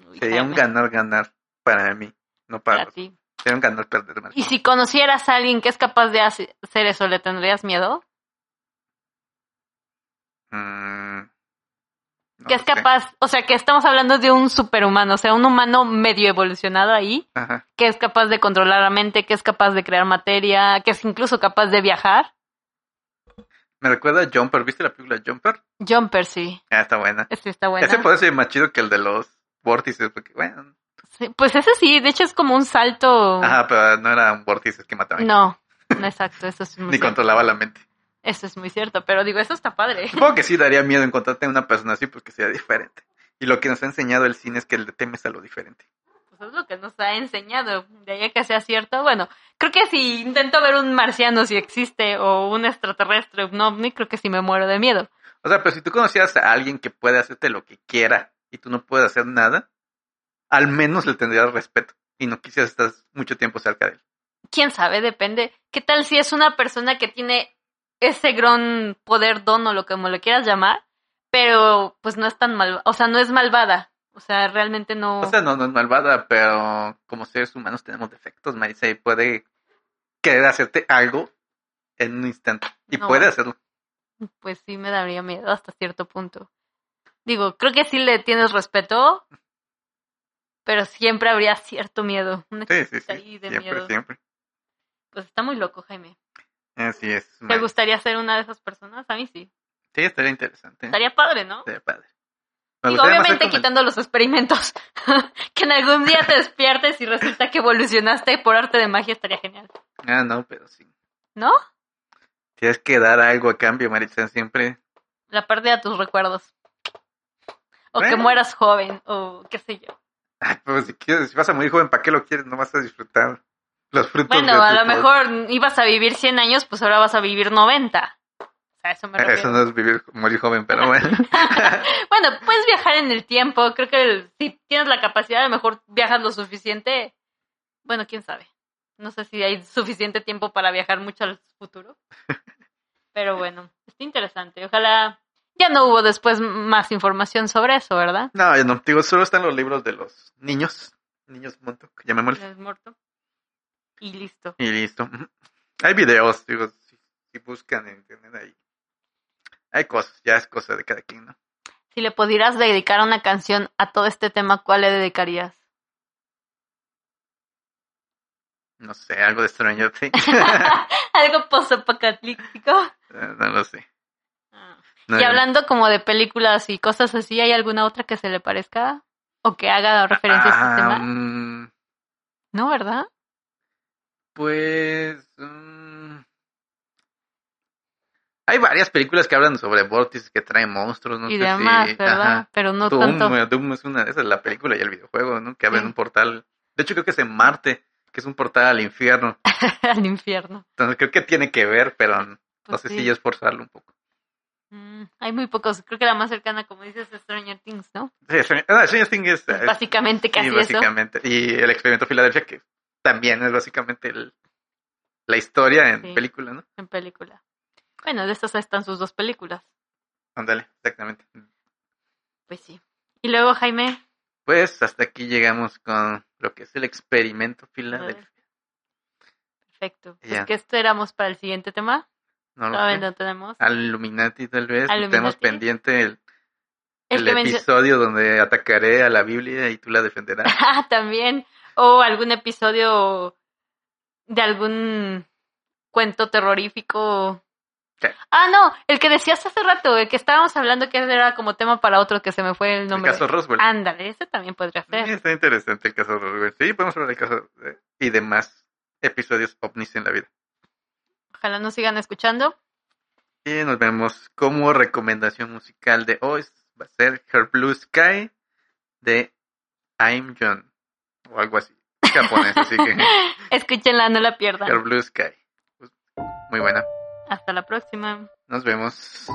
Speaker 2: Uy,
Speaker 1: Sería un
Speaker 2: Jaime,
Speaker 1: ganar-ganar para mí, no para,
Speaker 2: para
Speaker 1: los-
Speaker 2: ti.
Speaker 1: Sería un ganar-perder. más
Speaker 2: Y
Speaker 1: bien.
Speaker 2: si conocieras a alguien que es capaz de hace- hacer eso, ¿le tendrías miedo?
Speaker 1: Mm, no
Speaker 2: que es
Speaker 1: sé.
Speaker 2: capaz, o sea, que estamos hablando de un superhumano, o sea, un humano medio evolucionado ahí,
Speaker 1: Ajá.
Speaker 2: que es capaz de controlar la mente, que es capaz de crear materia, que es incluso capaz de viajar.
Speaker 1: Me recuerda a Jumper. ¿Viste la película Jumper?
Speaker 2: Jumper, sí,
Speaker 1: Ah, está buena.
Speaker 2: ese este está bueno.
Speaker 1: Ese puede ser más chido que el de los vórtices, porque, bueno.
Speaker 2: Sí, Pues ese sí, de hecho es como un salto.
Speaker 1: Ajá, pero no eran vórtices que mataban.
Speaker 2: No, no exacto, eso es
Speaker 1: [LAUGHS]
Speaker 2: muy
Speaker 1: Ni
Speaker 2: cierto.
Speaker 1: controlaba la
Speaker 2: [LAUGHS]
Speaker 1: mente.
Speaker 2: Eso es muy cierto, pero digo, eso está padre. [LAUGHS]
Speaker 1: Supongo que sí daría miedo encontrarte a una persona así porque sería diferente. Y lo que nos ha enseñado el cine es que le temes a lo diferente.
Speaker 2: Pues es lo que nos ha enseñado, de ahí a que sea cierto. Bueno, creo que si intento ver un marciano si existe o un extraterrestre, un ovni, creo que sí me muero de miedo.
Speaker 1: O sea, pero si tú conocieras a alguien que puede hacerte lo que quiera y tú no puedes hacer nada, al menos le tendrías respeto y no quisieras estar mucho tiempo cerca de él.
Speaker 2: quién sabe, depende. ¿Qué tal si es una persona que tiene ese gran poder, don o lo que como lo quieras llamar, pero pues no es tan malvada, o sea, no es malvada, o sea, realmente no...
Speaker 1: O sea, no, no es malvada, pero como seres humanos tenemos defectos, Marisa, y puede querer hacerte algo en un instante. Y
Speaker 2: No,
Speaker 1: puede
Speaker 2: bueno.
Speaker 1: hacerlo.
Speaker 2: pues sí me daría miedo hasta cierto punto. Digo, creo que sí le tienes respeto, pero siempre habría cierto miedo. Una
Speaker 1: Sí, sí,
Speaker 2: cosita
Speaker 1: sí.
Speaker 2: ahí de
Speaker 1: Siempre,
Speaker 2: miedo.
Speaker 1: siempre.
Speaker 2: Pues está muy loco, Jaime.
Speaker 1: Así es.
Speaker 2: ¿Te
Speaker 1: Marisa.
Speaker 2: gustaría ser una de esas personas? A mí sí.
Speaker 1: Sí, estaría interesante.
Speaker 2: Estaría padre, ¿no?
Speaker 1: Estaría padre. Me gustaría más
Speaker 2: Digo,
Speaker 1: ser
Speaker 2: obviamente
Speaker 1: como el-
Speaker 2: quitando los experimentos. [LAUGHS] que en algún día te despiertes y resulta que evolucionaste por arte de magia estaría genial.
Speaker 1: Ah, no, pero sí.
Speaker 2: ¿No?
Speaker 1: Tienes que dar algo a cambio, Marisa, siempre.
Speaker 2: La pérdida de tus recuerdos. O que
Speaker 1: Bueno.
Speaker 2: mueras joven, o qué sé yo.
Speaker 1: Ah, pero si, quieres, si vas a morir joven, ¿para qué lo quieres? No vas a disfrutar los frutos de
Speaker 2: Bueno, a
Speaker 1: tu
Speaker 2: lo
Speaker 1: labor.
Speaker 2: mejor ibas a vivir 100 años, pues ahora vas a vivir 90. O sea, eso me refiero.
Speaker 1: Eh, Eso no es vivir, morir joven, pero
Speaker 2: [LAUGHS]
Speaker 1: bueno. [LAUGHS]
Speaker 2: Bueno, puedes viajar en el tiempo. Creo que el- si tienes la capacidad, a lo mejor viajas lo suficiente. Bueno, quién sabe. No sé si hay suficiente tiempo para viajar mucho al futuro. Pero bueno, está interesante. Ojalá. Ya no hubo después más información sobre eso, ¿verdad?
Speaker 1: No, yo no, digo, solo están los libros de los niños. Niños Montauk, llamémosle.
Speaker 2: Es muerto. Y listo.
Speaker 1: Y listo. Ujú. Hay videos, digo, si, si buscan en internet ahí. Hay cosas, ya es cosa de cada quien, ¿no?
Speaker 2: Si le pudieras dedicar una canción a todo este tema, ¿cuál le dedicarías?
Speaker 1: No sé, algo de extraño,
Speaker 2: [LAUGHS]
Speaker 1: sí. [LAUGHS]
Speaker 2: Algo posapocalíptico.
Speaker 1: no lo sé. No,
Speaker 2: Y hablando como de películas y cosas así, ¿hay alguna otra que se le parezca? O que haga referencia a este
Speaker 1: ah,
Speaker 2: tema.
Speaker 1: mm,
Speaker 2: No, ¿verdad?
Speaker 1: Pues. mm, hay varias películas que hablan sobre vórtices que traen monstruos, no
Speaker 2: y
Speaker 1: sé
Speaker 2: demás,
Speaker 1: si.
Speaker 2: ¿verdad?
Speaker 1: ajá.
Speaker 2: Pero no
Speaker 1: Doom,
Speaker 2: tanto.
Speaker 1: eh, Doom es una de esas, la película y el videojuego, ¿no? Que abre
Speaker 2: Sí.
Speaker 1: un portal. De hecho, creo que es en Marte, que es un portal al infierno.
Speaker 2: [LAUGHS] Al infierno.
Speaker 1: Entonces, creo que tiene que ver, pero no
Speaker 2: Pues
Speaker 1: sé
Speaker 2: sí.
Speaker 1: si ya es forzarlo un poco.
Speaker 2: Mm, hay muy pocos. Creo que la más cercana, como dices, es Stranger Things, ¿no?
Speaker 1: Sí, Stranger- ah, Stranger Things es,
Speaker 2: Es
Speaker 1: eh,
Speaker 2: básicamente
Speaker 1: sí,
Speaker 2: casi
Speaker 1: básicamente. Y el experimento Filadelfia, que también es básicamente el- la historia en
Speaker 2: Sí.
Speaker 1: película, ¿no?
Speaker 2: eso en película. Bueno, de estas están sus dos películas.
Speaker 1: Ándale, exactamente.
Speaker 2: Pues sí. Y luego, Jaime,
Speaker 1: Pues hasta aquí llegamos con lo que es el experimento Filadelfia.
Speaker 2: perfecto. Pues
Speaker 1: Ya.
Speaker 2: que esto éramos para el siguiente tema.
Speaker 1: No lo
Speaker 2: Todavía
Speaker 1: sé.
Speaker 2: no tenemos.
Speaker 1: Al Illuminati, tal vez.
Speaker 2: Al
Speaker 1: Tenemos
Speaker 2: Illuminati.
Speaker 1: pendiente el,
Speaker 2: El
Speaker 1: el
Speaker 2: que mencio-
Speaker 1: episodio donde atacaré a la Biblia y tú la
Speaker 2: [LAUGHS]
Speaker 1: defenderás.
Speaker 2: Ah, también. O algún episodio de algún cuento terrorífico.
Speaker 1: Sí.
Speaker 2: Ah, no, el que decías hace rato, el que estábamos hablando que era como tema para otro que se me fue el
Speaker 1: el
Speaker 2: nombre.
Speaker 1: caso Roswell.
Speaker 2: Ándale, ese también podría
Speaker 1: Sí,
Speaker 2: ser.
Speaker 1: Está interesante el caso Roswell. Sí, podemos hablar del caso eh, y demás episodios ovnis en la vida.
Speaker 2: Ojalá nos
Speaker 1: [LAUGHS]
Speaker 2: sigan escuchando.
Speaker 1: Y nos vemos como recomendación musical de hoy. Va a ser Her Blue Sky de I'm John. O algo así. Japonés, así
Speaker 2: [LAUGHS]
Speaker 1: que
Speaker 2: Escúchenla, no la
Speaker 1: Her
Speaker 2: pierdan.
Speaker 1: Blue Sky. Muy buena.
Speaker 2: Hasta la próxima.
Speaker 1: Nos vemos.